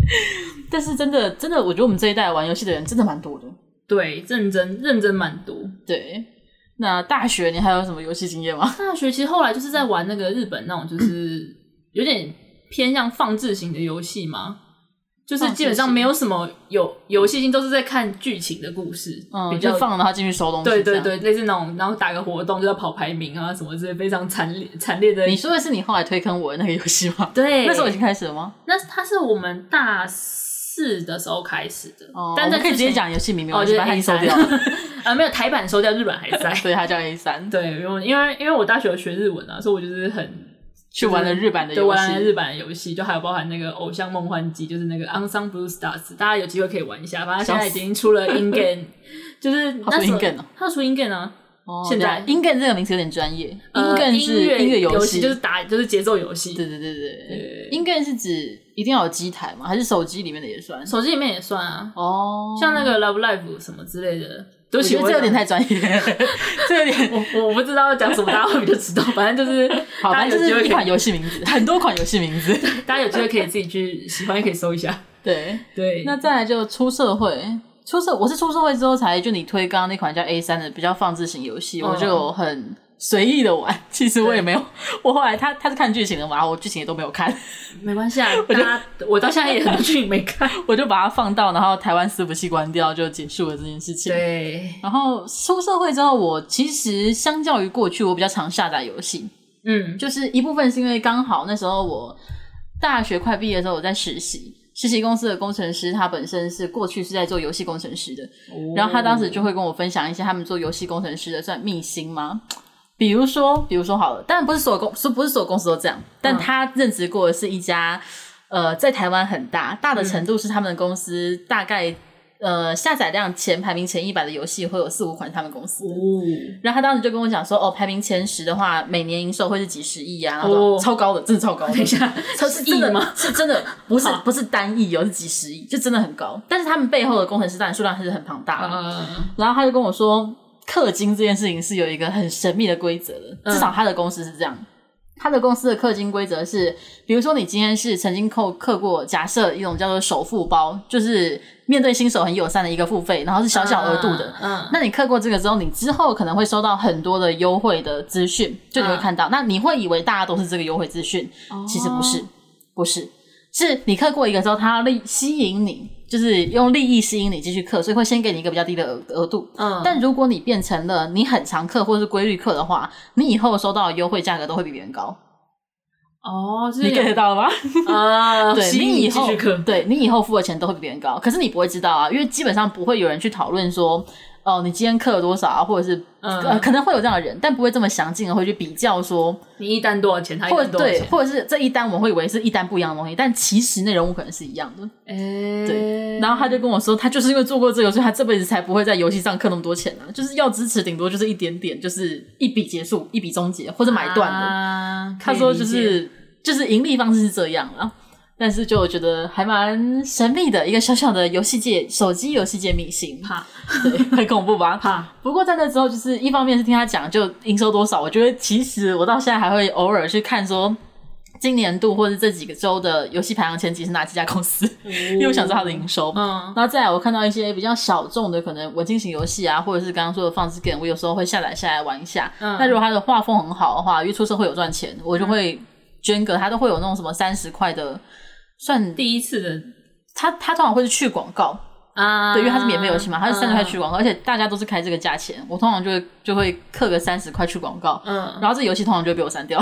A: (laughs) 但是真的真的，我觉得我们这一代玩游戏的人真的蛮多的。
B: 对，认真认真满读。
A: 对，那大学你还有什么游戏经验吗？
B: 大学其实后来就是在玩那个日本那种，就是 (coughs) 有点偏向放置型的游戏嘛，就是基本上没有什么有游戏性，都是在看剧情的故事，
A: 嗯，
B: 比
A: 就
B: 较
A: 放了他进去收东西。
B: 对对。对，类似那种，然后打个活动就要跑排名啊什么之类，非常惨烈惨烈
A: (laughs)
B: 的。
A: 你说的是你后来推坑我的那个游戏吗？
B: 对，
A: 那时候已经开始了吗？
B: 那它是我们大四的时候开始的，
A: 哦，
B: 但
A: 我
B: 在
A: 们可以
B: 之
A: 直接
B: 前
A: 讲游戏名没有
B: 哦，
A: 关
B: 就
A: 系，
B: 是
A: 把它
B: A
A: 已
B: 三
A: 经收掉。
B: (laughs) 啊，没有台版收掉，日本还
A: (laughs)
B: 在。
A: 对，它叫 A 三，
B: 对，因为因为因为我大学有学日文啊，所以我就是很
A: 去玩了日版的
B: 对，
A: 游
B: 玩了
A: 戏。
B: 日版的游戏，就还有包含那个《偶像梦幻祭》，就是那个《Unsung Blue Stars》，大家有机会可以玩一下。反正现在已经出
A: (laughs)
B: 了 In Game，就是那
A: 它出
B: 时候
A: In Game 哦
B: 它出 In Game 啊，
A: 哦
B: 现在
A: 对音更这个名词有点专业，音
B: 呃
A: 更
B: 音
A: 是音乐游
B: 游
A: 戏，
B: 就是打就是节奏游戏，
A: 对对对对，音更是指一定要有机台吗？还是手机里面的也算？
B: 手机里面也算啊，
A: 哦，
B: 像那个 Love Live 什么之类的。对
A: 我
B: 不起，
A: 觉得
B: 我
A: 这有点太专业， (laughs) 这有点
B: 我我不知道要讲什么，大家会比较
A: (laughs)
B: 知道。反正就是
A: 好，
B: 大
A: 反
B: 家
A: 正
B: 有机
A: 就是
B: 会
A: 一
B: 可
A: 款
B: 以，
A: 游戏名字， (laughs) 很多款游戏名字。
B: 大家有机会可以自己去喜欢也可以搜一
A: (laughs)
B: 下。
A: 对，
B: 对，
A: 那再来就出社会，出社我是出社会之后才就你推刚刚那款叫 A 三的比较放置型游戏，
B: 嗯
A: 我就很随意的玩。其实我也
B: 对
A: 没有，我后来他他是看剧情的嘛，我剧情也都没有看，
B: 没关系
A: (laughs)
B: 啊，大家我到现在也很多剧没看。
A: 我就把它放到然后台湾伺服器关掉就结束了这件事情。
B: 对，
A: 然后出社会之后，我其实相较于过去，我比较常下载游戏，
B: 嗯，
A: 就是一部分是因为刚好那时候我大学快毕业的时候，我在实习，实习公司的工程师他本身是过去是在做游戏工程师的，哦然后他当时就会跟我分享一些他们做游戏工程师的算秘辛吗？比如说，比如说好了，当然不是所有公司不是所有公司都这样，但
B: 嗯
A: 他任职过的是一家呃，在台湾很大，大的程度是他们的公司大概呃下载量前排名前一百的游戏会有四五款是他们公司的。
B: 哦，
A: 然后他当时就跟我讲说，哦，排名前十的话，每年营收会是几十亿啊，然后
B: 哦
A: 说超高的，真的超高的，
B: 等一下，
A: 超
B: 是
A: 真的
B: 亿吗？
A: 是 (laughs) 真的不是
B: 好
A: 不是单亿哦，是几十亿，就真的很高。但是他们背后的工程师当然数量还是很庞大的。
B: 啊，
A: 然后他就跟我说，氪金这件事情是有一个很神秘的规则的，至少他的公司是这样。他的公司的氪金规则是，比如说你今天是曾经扣氪过，假设一种叫做首付包，就是面对新手很友善的一个付费，然后是小小额度的。
B: 嗯，
A: 那你氪过这个之后，你之后可能会收到很多的优惠的资讯，就你会看到。那你会以为大家都是这个优惠资讯，其实不是，
B: 哦
A: 不是，是你氪过一个之后，他要利吸引你，就是用利益吸引你继续氪，所以会先给你一个比较低的额额度。
B: 嗯
A: 但如果你变成了你很常氪或是规律氪的话，你以后收到的优惠价格都会比别人高。
B: 哦，就是
A: 你 get 得到了吗？
B: 啊，
A: (laughs) 对
B: (laughs) 吸引
A: 你以
B: 继
A: 后
B: 续刻，
A: 对你以后付的钱都会比别人高，可是你不会知道啊，因为基本上不会有人去讨论说，哦、你今天氪了多少啊，或者是、
B: 嗯
A: 呃，可能会有这样的人，但不会这么详尽的会去比较说，
B: 你一单多少钱？他一
A: 或
B: 单多少
A: 对，
B: 钱？
A: 或者是这一单我们会以为是一单不一样的东西，但其实内容物可能是一样的。
B: 哎，
A: 对然后他就跟我说，他就是因为做过这个，所以他这辈子才不会在游戏上氪那么多钱啊，就是要支持，顶多就是一点点，就是一笔结束，
B: 啊
A: 一笔终结或者买断的。
B: 的
A: 他说就，是就是盈利方式是这样啦。啊但是就我觉得还蛮神秘的一个小小的游戏界手机游戏界明星，
B: 怕
A: (laughs) 对，很恐怖吧？
B: 怕
A: 不过在那之后，就是一方面是听他讲就营收多少，我觉得其实我到现在还会偶尔去看说今年度或者这几个周的游戏排行前几是哪几家公司， (laughs) 因为我想知道它的营收。
B: 嗯，
A: 然后再来，我看到一些比较小众的，可能文青型游戏啊，或者是刚刚说的放置 game，我有时候会下载下来玩一下。
B: 嗯
A: 那如果它的画风很好的话，因为出社会有赚钱，我就会
B: 嗯
A: 捐个，它都会有那种什么三十块的，算
B: 第一次的
A: 它它通常会是去广告，
B: 啊
A: 对，因为它是免费游戏嘛，它是三十块去
B: 去，
A: 广告，而且大家都是开这个价钱，我通常就会就会刻个三十块去广告。 (laughs)
B: 嗯，
A: 然后这游戏通常就会被我删掉，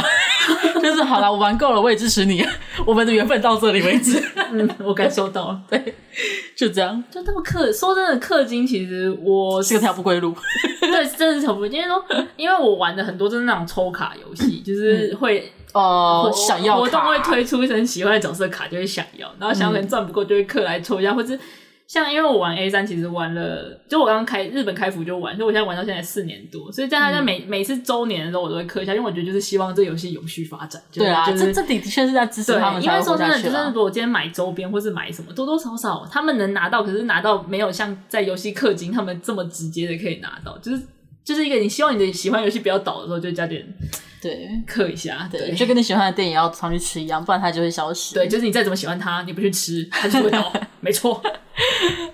A: (laughs) 就是好了，我玩够了，我也支持你，我们的缘分到这里为止，
B: 嗯我感受到了。
A: 就这样，
B: (laughs) 就那么氪，说真的，氪金其实我
A: 是个条不归路。
B: 对真的是很不，因为说因为我玩的很多就是那种抽卡游戏，就是会
A: 哦
B: 活，
A: 想要
B: 活动
A: 卡
B: 会推出一些喜欢的角色卡，就会想要，然后想要可能赚不够就会氪来抽一下，或者像因为我玩 A 三，其实玩了，就我刚刚开日本开服就玩，所以我现在玩到现在四年多，所以在它在每、每次周年的时候我都会氪一下，因为我觉得就是希望这游戏永续发展，就是
A: 对啊，
B: 就是
A: 这这里的确是在支持
B: 对
A: 他们，
B: 因为说真的，
A: 去啊
B: 就是
A: 啦
B: 如。果今天买周边或是买什么，多多少少他们能拿到，可是拿到没有像在游戏氪金他们这么直接的可以拿到，就是就是一个你希望你的喜欢游戏不要倒的时候，就加点
A: 对
B: 氪一下，
A: 对，
B: 对。
A: 就跟你喜欢的电影要常去吃一样，不然它就会消失。
B: 对，就是你再怎么喜欢它，你不去 (laughs) 吃，它就是会倒，没错。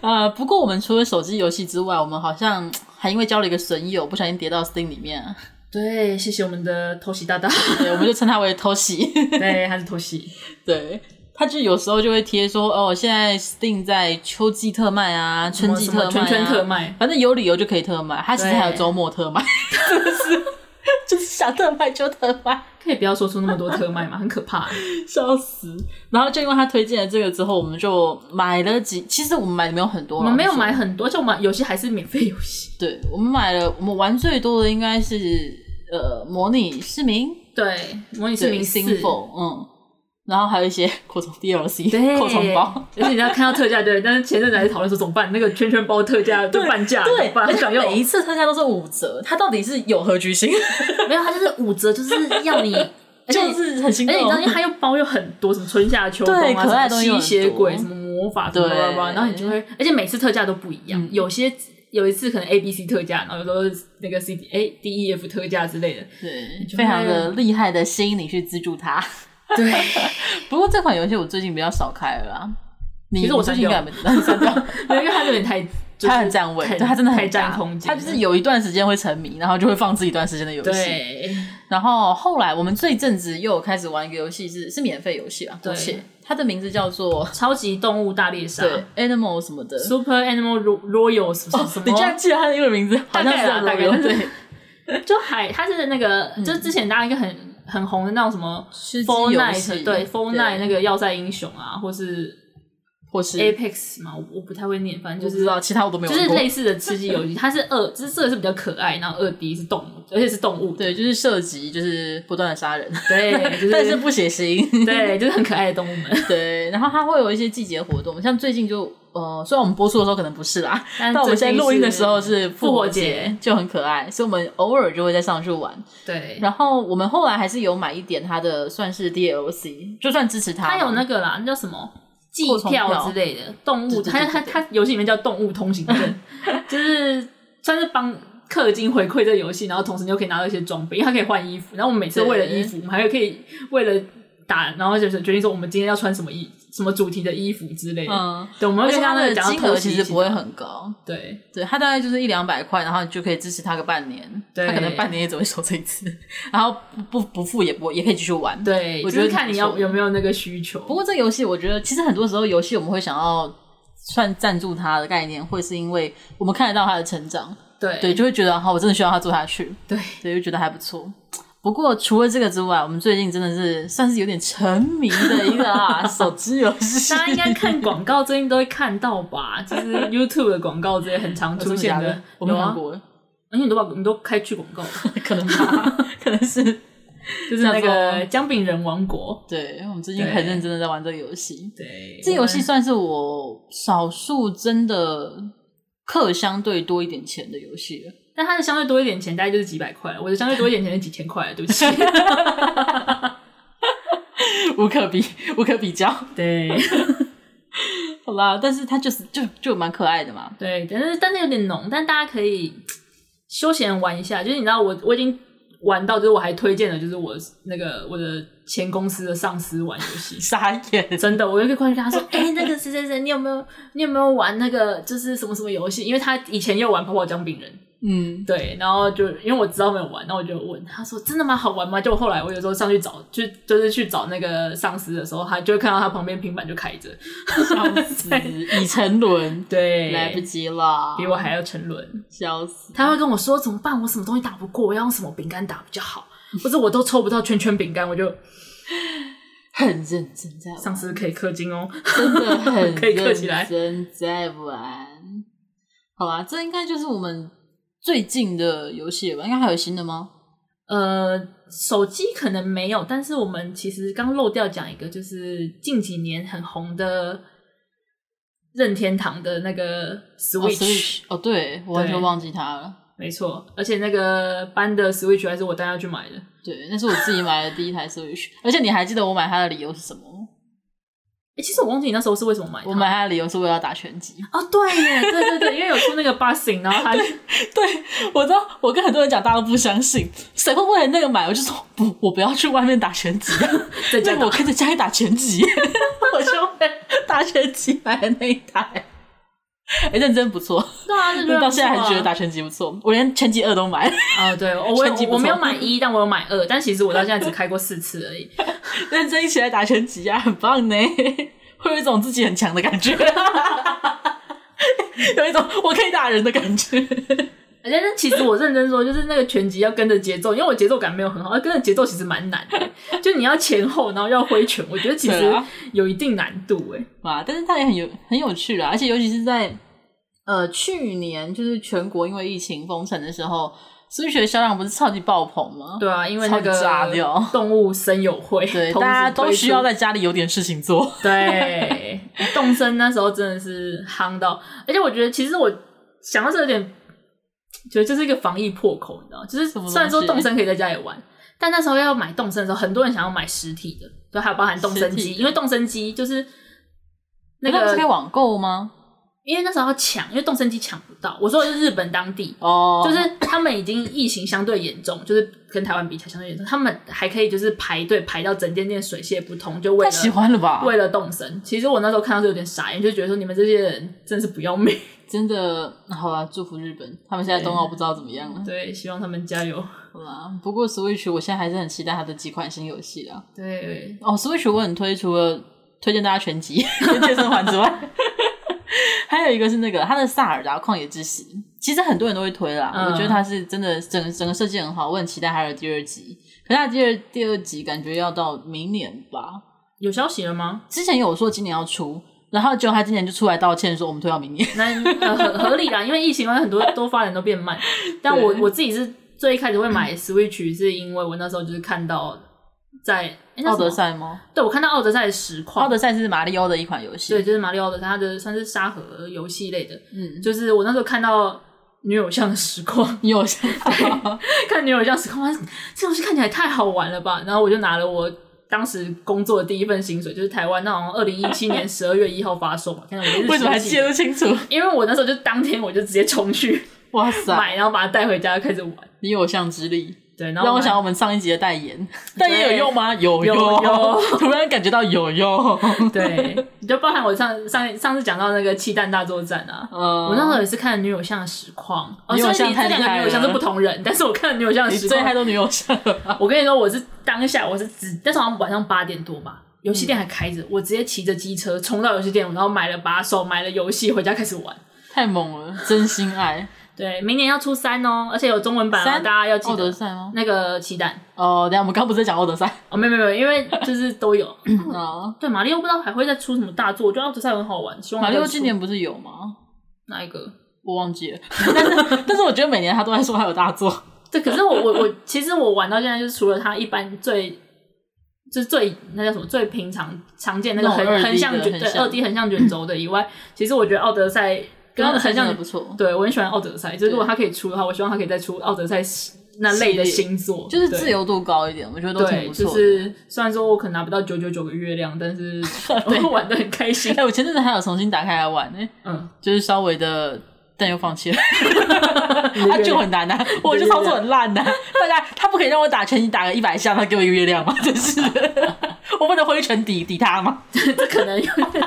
A: 呃，不过我们除了手机游戏之外，我们好像还因为交了一个损友，不小心跌到 Steam 里
B: (laughs)
A: 面啊，
B: 对，谢谢我们的偷袭大 (laughs) 大，
A: 对，我们就称他为
B: (laughs)
A: 偷袭。
B: 对，他是偷袭，
A: 对，他就有时候就会贴说，哦，现在 Steam 在秋季特卖啊，春季
B: 什
A: 特
B: 么
A: 卖、
B: 什
A: 啊，
B: 么圈圈特卖，
A: 反正有理由就可以特卖。他其实还有周末
B: (laughs)
A: 特卖，真的是，就是想特卖就特卖。
B: 可以不要说出那么多特卖 (laughs) 嘛，很可怕。
A: 笑死！然后就因为他推荐了这个之后，我们就买了几，其实我们买的没有很多
B: 我
A: 啦，
B: 们没有
A: 老实说
B: 买很多，而且我们游戏还是免费游戏。
A: 对，我们买了，我们玩最多的应该是呃模拟市民，
B: 对，模拟市
A: 对
B: 民四
A: Sinful，嗯，然后还有一些 (laughs) 扩充 DLC
B: 对，
A: 扩充包。，
B: 就是你要看到特价对，但是前阵子还在讨论说怎么办，那个圈圈包特价就半价，怎
A: 对
B: 么，办？
A: 而
B: 很
A: 且
B: 想要，
A: 每一次特价都是五折，它到底是有何居心？ (laughs)
B: 没有，它就是五折，就是要你，而且
A: 就是很心
B: 而且你
A: 动
B: 知道，因。为它又包又很多，什么春夏秋冬
A: 对
B: 啊，
A: 可爱的
B: 什
A: 东
B: 么
A: 西
B: 吸
A: 又很
B: 血鬼，
A: 多
B: 什么魔法，什么
A: 对嗯
B: 巴拉巴拉，然后你就会，而且每次特价都不一样，有些有一次可能 A B C 特价，然后有时候是那个 C D A D E F 特价之
A: (laughs)
B: 类的，
A: 对，
B: 就会
A: 非常的厉害的吸引你去资助它。
B: 对，
A: 不过这款游戏我最近比较少开了啦。你
B: 其实我
A: 最近应
B: 删
A: 该没
B: (laughs)
A: 删掉，
B: 没有因为它有点太，就是
A: 它很占位，
B: 太
A: 对它真的
B: 太
A: 很
B: 占
A: 大
B: 空间
A: 它
B: 了，
A: 就是有一段时间会沉迷，然后就会放置一段时间的游戏。
B: 对，
A: 然后后来我们这一阵子又有开始玩一个游戏，是是免费游戏啊，
B: 对
A: 而且它的名字叫
B: (laughs)
A: 做
B: 超级动物大猎杀。
A: 对哦 Animal 什么的。
B: Super Animal Ro- Royal 什么什么，
A: (laughs) 你居然记得它的英文名字，好像是
B: 大概啦大概
A: Royal，
B: 但是
A: 对，
B: 就还它是那个，就是之前大家一个很很红的那种什么
A: 嗯吃鸡
B: Fall
A: 游戏
B: Night，对 Fall Night 那个要塞英雄啊，或是
A: 或是
B: Apex 嘛，我我不太会念，反正
A: 我
B: 就
A: 不
B: 是
A: 知道，其他我都没有
B: 就
A: 玩
B: 是
A: 过。
B: 类似的吃鸡游戏，它是二，就是这个是比较可爱，然后二 D 是动物，而且是动物，
A: 对，就是射击，就是不断的杀人，
B: 对，就
A: 但是
B: 是
A: 不血
B: (laughs)
A: 腥。
B: 对，就是很可爱的动物们，
A: 对，然后它会有一些季节活动，像最近就呃，虽然我们播出的时候可能不是啦，
B: 但
A: 但我们现在
B: 最近
A: 录音的时候是
B: 复活
A: 活
B: 节，，
A: 就很可爱，所以我们偶尔就会再上去玩。
B: 对，
A: 然后我们后来还是有买一点它的，算是 DLC，就算支持它。
B: 它有那个啦，那叫什么？季
A: 扩充
B: 票
A: 票
B: 之类的动物，
A: 对对
B: 它
A: 对
B: 它
A: 对
B: 它游戏里面叫动物通行
A: (laughs)
B: 证，就是算是帮氪金回馈这游戏，然后同时你又可以拿到一些装备，因为它可以换衣服。然后我们每次
A: 对
B: 为了衣服，我们还可以为了打，然后就是决定说我们今天要穿什么衣、什么主题的衣服之类的。
A: 嗯，
B: 对，我们
A: 而
B: 会
A: 且
B: 跟
A: 它
B: 他们
A: 的
B: 讲到
A: 金
B: 偷
A: 额
B: 袭
A: 其
B: 一
A: 实
B: 起
A: 不会
B: 打
A: 很高，
B: 对
A: 对，它大概就是一两百块，然后你就可以支持它个半年，
B: 对
A: 它可能半年也只会收这一次， (laughs) 然后不不不付也不也可以继续玩。
B: 对，
A: 我
B: 就
A: 觉
B: 是
A: 得
B: 看
A: 不
B: 你要
A: 错
B: 有没有那个需求。
A: 不过这个游戏，我觉得其实很多时候游戏我们会想要算赞助它的概念，会是因为我们看得到它的成长，
B: 对
A: 对，就会觉得好，我真的需要它做下去，
B: 对
A: 对，就觉得还不错。不过除了这个之外，我们最近真的是算是有点沉迷的一
B: (laughs)
A: 个啊手机游戏，
B: 大家应该看广告，最近都会看到吧？就是 YouTube 的广告，这些很常出
A: 出
B: 现
A: 现
B: 哦的
A: 的，，我
B: 有
A: 没
B: 啊
A: 看
B: (laughs)
A: 过，
B: 而且你都把你都开去广 (laughs) 告了，
A: 可能吧， (laughs) 可能是
B: 就是那
A: 叫
B: 个
A: 做
B: 姜饼人王国。
A: 对，我们最近
B: 对
A: 很认真的在玩这个游戏。
B: 对，
A: 这
B: 我
A: 游戏
B: 们
A: 算是我少数真的氪相对多一点钱的游戏了。
B: 但它的相对多一点钱，大概就是几百块了。我的相对多一点钱是几千块了，对不起。
A: 无可比无可比较。
B: (laughs) 对
A: 好啦，但是它就是就就蛮可爱的嘛。。
B: 对，但是但是有点浓，但大家可以休闲玩一下。就是你知道我我已经玩到，就是我还推荐了，就是我那个我的前公司的上司玩游戏 (laughs)
A: 傻眼，
B: 真的，我有一个关系跟他说，哎、那个谁谁谁，你有没有你有没有玩那个就是什么什么游戏？因为他以前也有玩泡泡姜饼人，
A: 嗯，
B: 对，然后就因为我知道没有玩，那我就问他说：“真的吗？好玩吗？”就后来我有时候上去找，就就是去找那个上司的时候，他就会看到他旁边平板就开着，
A: 笑
B: (laughs)
A: 死，已沉沦，
B: 对，
A: 来不及了，
B: 比我还要沉沦。
A: 笑死。
B: 他会跟我说：“怎么办？我什么东西打不过，我要用什么饼干打比较好？ (laughs) 或者我都抽不到圈圈饼干，我就
A: 很认真在玩，
B: 上司可以氪金哦。
A: 真的 (laughs) 很
B: 可以客气来
A: 认真在玩。好啦，这应该就是我们最近的游戏了吧？应该还有新的吗？”
B: 呃，手机可能没有，但是我们其实刚漏掉讲一个，就是近几年很红的任天堂的那个
A: 哦，Switch，哦，对我完全忘记它了。
B: 没错，而且那个班的 Switch 还是我带他去买的。
A: 对，那是我自己买的第一台 Switch，而 (laughs) 且你还记得我买它的理由是什么吗？
B: 哎、其实我忘记你那时候是为什么买它
A: 我买它的理由是为了打拳击。
B: 哦，对耶，对对对，因为有出那个 busing，然后 (laughs) 他
A: 对， (laughs) 我知道，我跟很多人讲，大家都不相信，谁会为了那个买？我就说不，我不要去外面打拳击，
B: 在家
A: 那个我
B: 打，
A: 可以在家里打拳击。
B: 啊我就会
A: 大学击买的那一台，哎、认真不错，
B: 对啊，这就
A: 到现在还觉得打拳击不错。我连拳击二都买，
B: 啊、哦，对，我我
A: 成绩
B: 有
A: 不
B: 我
A: 错
B: 没有买一，但我有买二，但其实我到现在只开过四次而已。
A: 认真一起来打拳击啊，很棒呢，会有一种自己很强的感觉，有一种我可以打人的感觉。
B: 而且，但其实我认真说，就是那个拳击要跟着节奏，因为我节奏感没有很好，而跟着节奏其实蛮难的，就你要前后，然后要挥拳，我觉得其
A: 对
B: 实
A: 啊
B: 有一定难度哎。
A: 哇，但是它也很有很有趣啦，而且尤其是在呃去年就是全国因为疫情封城的时候，数学销量不是超级爆棚吗？
B: 对啊，因为那
A: 超
B: 个
A: 级炸掉
B: 动物森友会，
A: 对，
B: 同时
A: 大家都
B: 推
A: 需要
B: 出
A: 在家里有点事情做。
B: 对，动森那时候真的是夯到，而且我觉得其实我想到这有点，觉得这是一个防疫破口，你知道吗，就是
A: 什么东西
B: 虽然说动森可以在家里玩，但那时候要买动森的时候，很多人想要买实体的，就还有包含动森
A: 实
B: 机，
A: 体的哎
B: 因为动森机就是那
A: 他们是可以
B: 个，
A: 网购吗？
B: 因为那时候要抢，因为动森机抢不到。我说的是日本当地，
A: 哦
B: 就是他们已经疫情相对严重，就是跟台湾比起来相对严重，他们还可以就是排队排到整间店水泄不通，就为
A: 太
B: 了
A: 喜欢了吧？
B: 为了动身，其实我那时候看到是有点傻眼，就觉得说你们这些人真是不要命。 (laughs)
A: 真的，好啦，祝福日本，他们现在冬奥不知道怎么样了。
B: 对，希望他们加油。
A: 好啦，不过 Switch 我现在还是很期待它的几款新游戏啦。
B: 对，
A: 哦，Switch 我很推，除了推荐大家拳击 (laughs) 跟健身环之外， (laughs) 还有一个是那个它的《萨尔达旷野之息》，其实很多人都会推啦。
B: 嗯
A: 我觉得它是真的整整个设计很好，我很期待它的第二集。可是它第二第二集感觉要到明年吧？
B: 有消息了吗？
A: 之前有说今年要出，然后结果他今年就出来道歉说我们推到明年。
B: 那、呃合合理啦，因为疫情关系，很多都发展都变慢。但我
A: 对
B: 我自己是最一开始会买 Switch，是因为我那时候就是看到在诶那
A: 奥
B: 什么
A: 德赛吗？
B: 对我看到奥德赛的实况，
A: 奥德赛是马里奥的一款游戏。
B: 对，就是马里奥的它的算是沙盒游戏类的，
A: 嗯，
B: 就是我那时候看到女友像的实况，
A: 你有想法？
B: 看女友这样子，看完这游戏看起来也太好玩了吧？然后我就拿了我当时工作的第一份薪水，就是台湾那种二零一七年十二月一号发
A: (laughs)
B: 售嘛。看我日期
A: (laughs) 为什么还记得清楚？
B: 因为我那时候就当天我就直接冲去
A: (laughs) 哇塞， (laughs)
B: 买，然后把它带回家开始玩。
A: 你有像之力，
B: 对，然后
A: 让我
B: 还
A: 想到我们上一集的代 (laughs) 言，代言有用吗？有
B: 有
A: 用，
B: 用
A: (laughs) 突然感觉到有 (laughs) 用。
B: 对，你就包含我上上上次讲到那个气弹大作战啊。
A: 嗯
B: 我那时候也是看女友像的实况，哦，
A: 女
B: 所
A: 友
B: 以
A: 像
B: 你
A: 太
B: 这
A: 厉
B: 两个
A: 害
B: 女友像是
A: 了
B: 不同人，但是我看了女友像的
A: 你
B: 实
A: 最
B: 况
A: 害，都女友像了吧？
B: 啊我跟你说，我是当下我是直，那时候好像晚上八点多吧，游戏店还开着，我直接骑着机车冲到游戏店，然后买了把手，买了游戏，回家开始玩。
A: (laughs) 太猛了，真心爱。
B: 对，明年要出三哦，而且有中文版哦，
A: 三
B: 大家要记
A: (laughs) 奥德
B: 得
A: 赛吗？
B: 那个期待
A: 哦，等一下我们刚不是在讲奥 (laughs) 德赛
B: 哦，没有没有没有，因为就是都有。 (coughs)
A: 啊？
B: 对，马里奥不知道还会再出什么大作，我觉得奥德赛很好玩，希望
A: 马里奥
B: 再出
A: 今年不是有吗？
B: 哪一个？
A: 我忘记了， (laughs) 但是但是我觉得每年他都在说他有大作，
B: 对，可是我我我其实我玩到现在，就是除了它一般最就是最那叫什么最平常常见那个
A: 那种
B: 横
A: 2D
B: 横向
A: 的
B: 卷
A: 横
B: 对
A: 向
B: 二 D 横向卷轴的以外，其实我觉得奥德赛跟
A: 跟奥德赛
B: 横
A: 真的
B: 向
A: 不错。
B: 对我很喜欢奥德赛，就是如果
A: 对
B: 它可以出的话，我希望它可以再出奥德赛那类的星座，
A: 就是
B: 对
A: 自由度高一点，我觉得都挺
B: 对，
A: 不
B: 就
A: 错的。
B: 是虽然说我可能拿不到九九九个月亮，但
A: (laughs)
B: 是我玩的很开心
A: 哎、。我前阵子还有重新打开来玩呢、
B: 嗯，
A: 就是稍微的，但又放弃了。
B: 的
A: (laughs) 啊，
B: 月
A: 就很难啊，我就操
B: 月
A: 作
B: 亮
A: 很烂呐、 (laughs) 大家他不可以让我打拳，你打个一百下，他给我一个月亮吗？ (laughs) 真是的， (laughs) 我不能挥拳抵抵他吗？
B: 这可能有点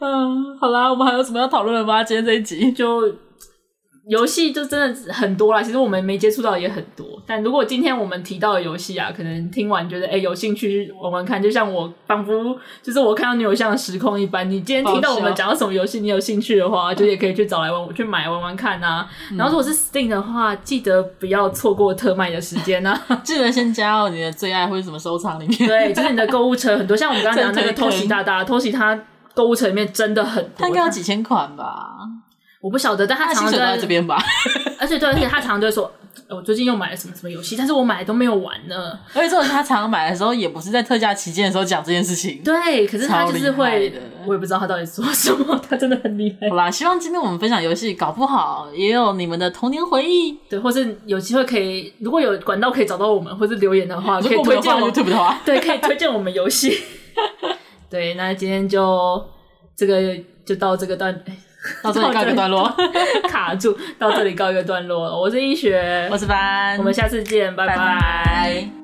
A: 嗯，好啦，我们还有什么要讨论的吗？今天这一集
B: 就游戏就真的很多啦，其实我们没接触到也很多。但如果今天我们提到的游戏啊，可能听完觉得哎、有兴趣去玩玩看，就像我仿佛就是我看到你有像时空一般。你今天听到我
A: 好
B: 们
A: 笑
B: 讲到什么游戏，你有兴趣的话，就也可以去找来玩，去买玩玩看啊。然后如果是 Steam 的话，记得不要错过特卖的时间啊。
A: 记得先加到你的最爱或者什么收藏里 (laughs) 面。
B: 对，就是你的购物车很多，像我们刚刚讲的
A: (laughs)
B: 那个
A: 真的
B: 偷
A: 很
B: 袭大大，偷袭它购物车里面真的很
A: 他
B: 多
A: 应该。有几千款吧？
B: 我不晓得，但
A: 他
B: 他
A: 的
B: 常常
A: 薪水都在
B: 在
A: 这，边吧？
B: (laughs) 而且对，而且他常常就会说，呃我最近又买了什么什么游戏，但是我买的都没有玩呢。
A: (laughs) 而且这种他常常买的时候，也不是在特价期间的时候讲这件事情。
B: 对，可是他就是
A: 超厉
B: 会
A: 害的，
B: 我也不知道他到底说什么， (laughs) 他真的很厉害
A: 好。啦，希望今天我们分享游戏，搞不好也有你们的童年回忆。
B: 对，或是有机会可以，如果有管道可以找到我们，或是留言的话，可
A: 如
B: 以
A: 果我们
B: 推
A: 有
B: 荐
A: 放
B: 我们
A: YouTube 的话，
B: (laughs) 对，可以推荐我们游戏。对，那今天就这个就到这个段， (laughs)
A: 到这里告一个段落。
B: 卡住，到这里告一个段落了。我是医学，
A: 我是班，
B: 我们下次见，拜
A: 拜拜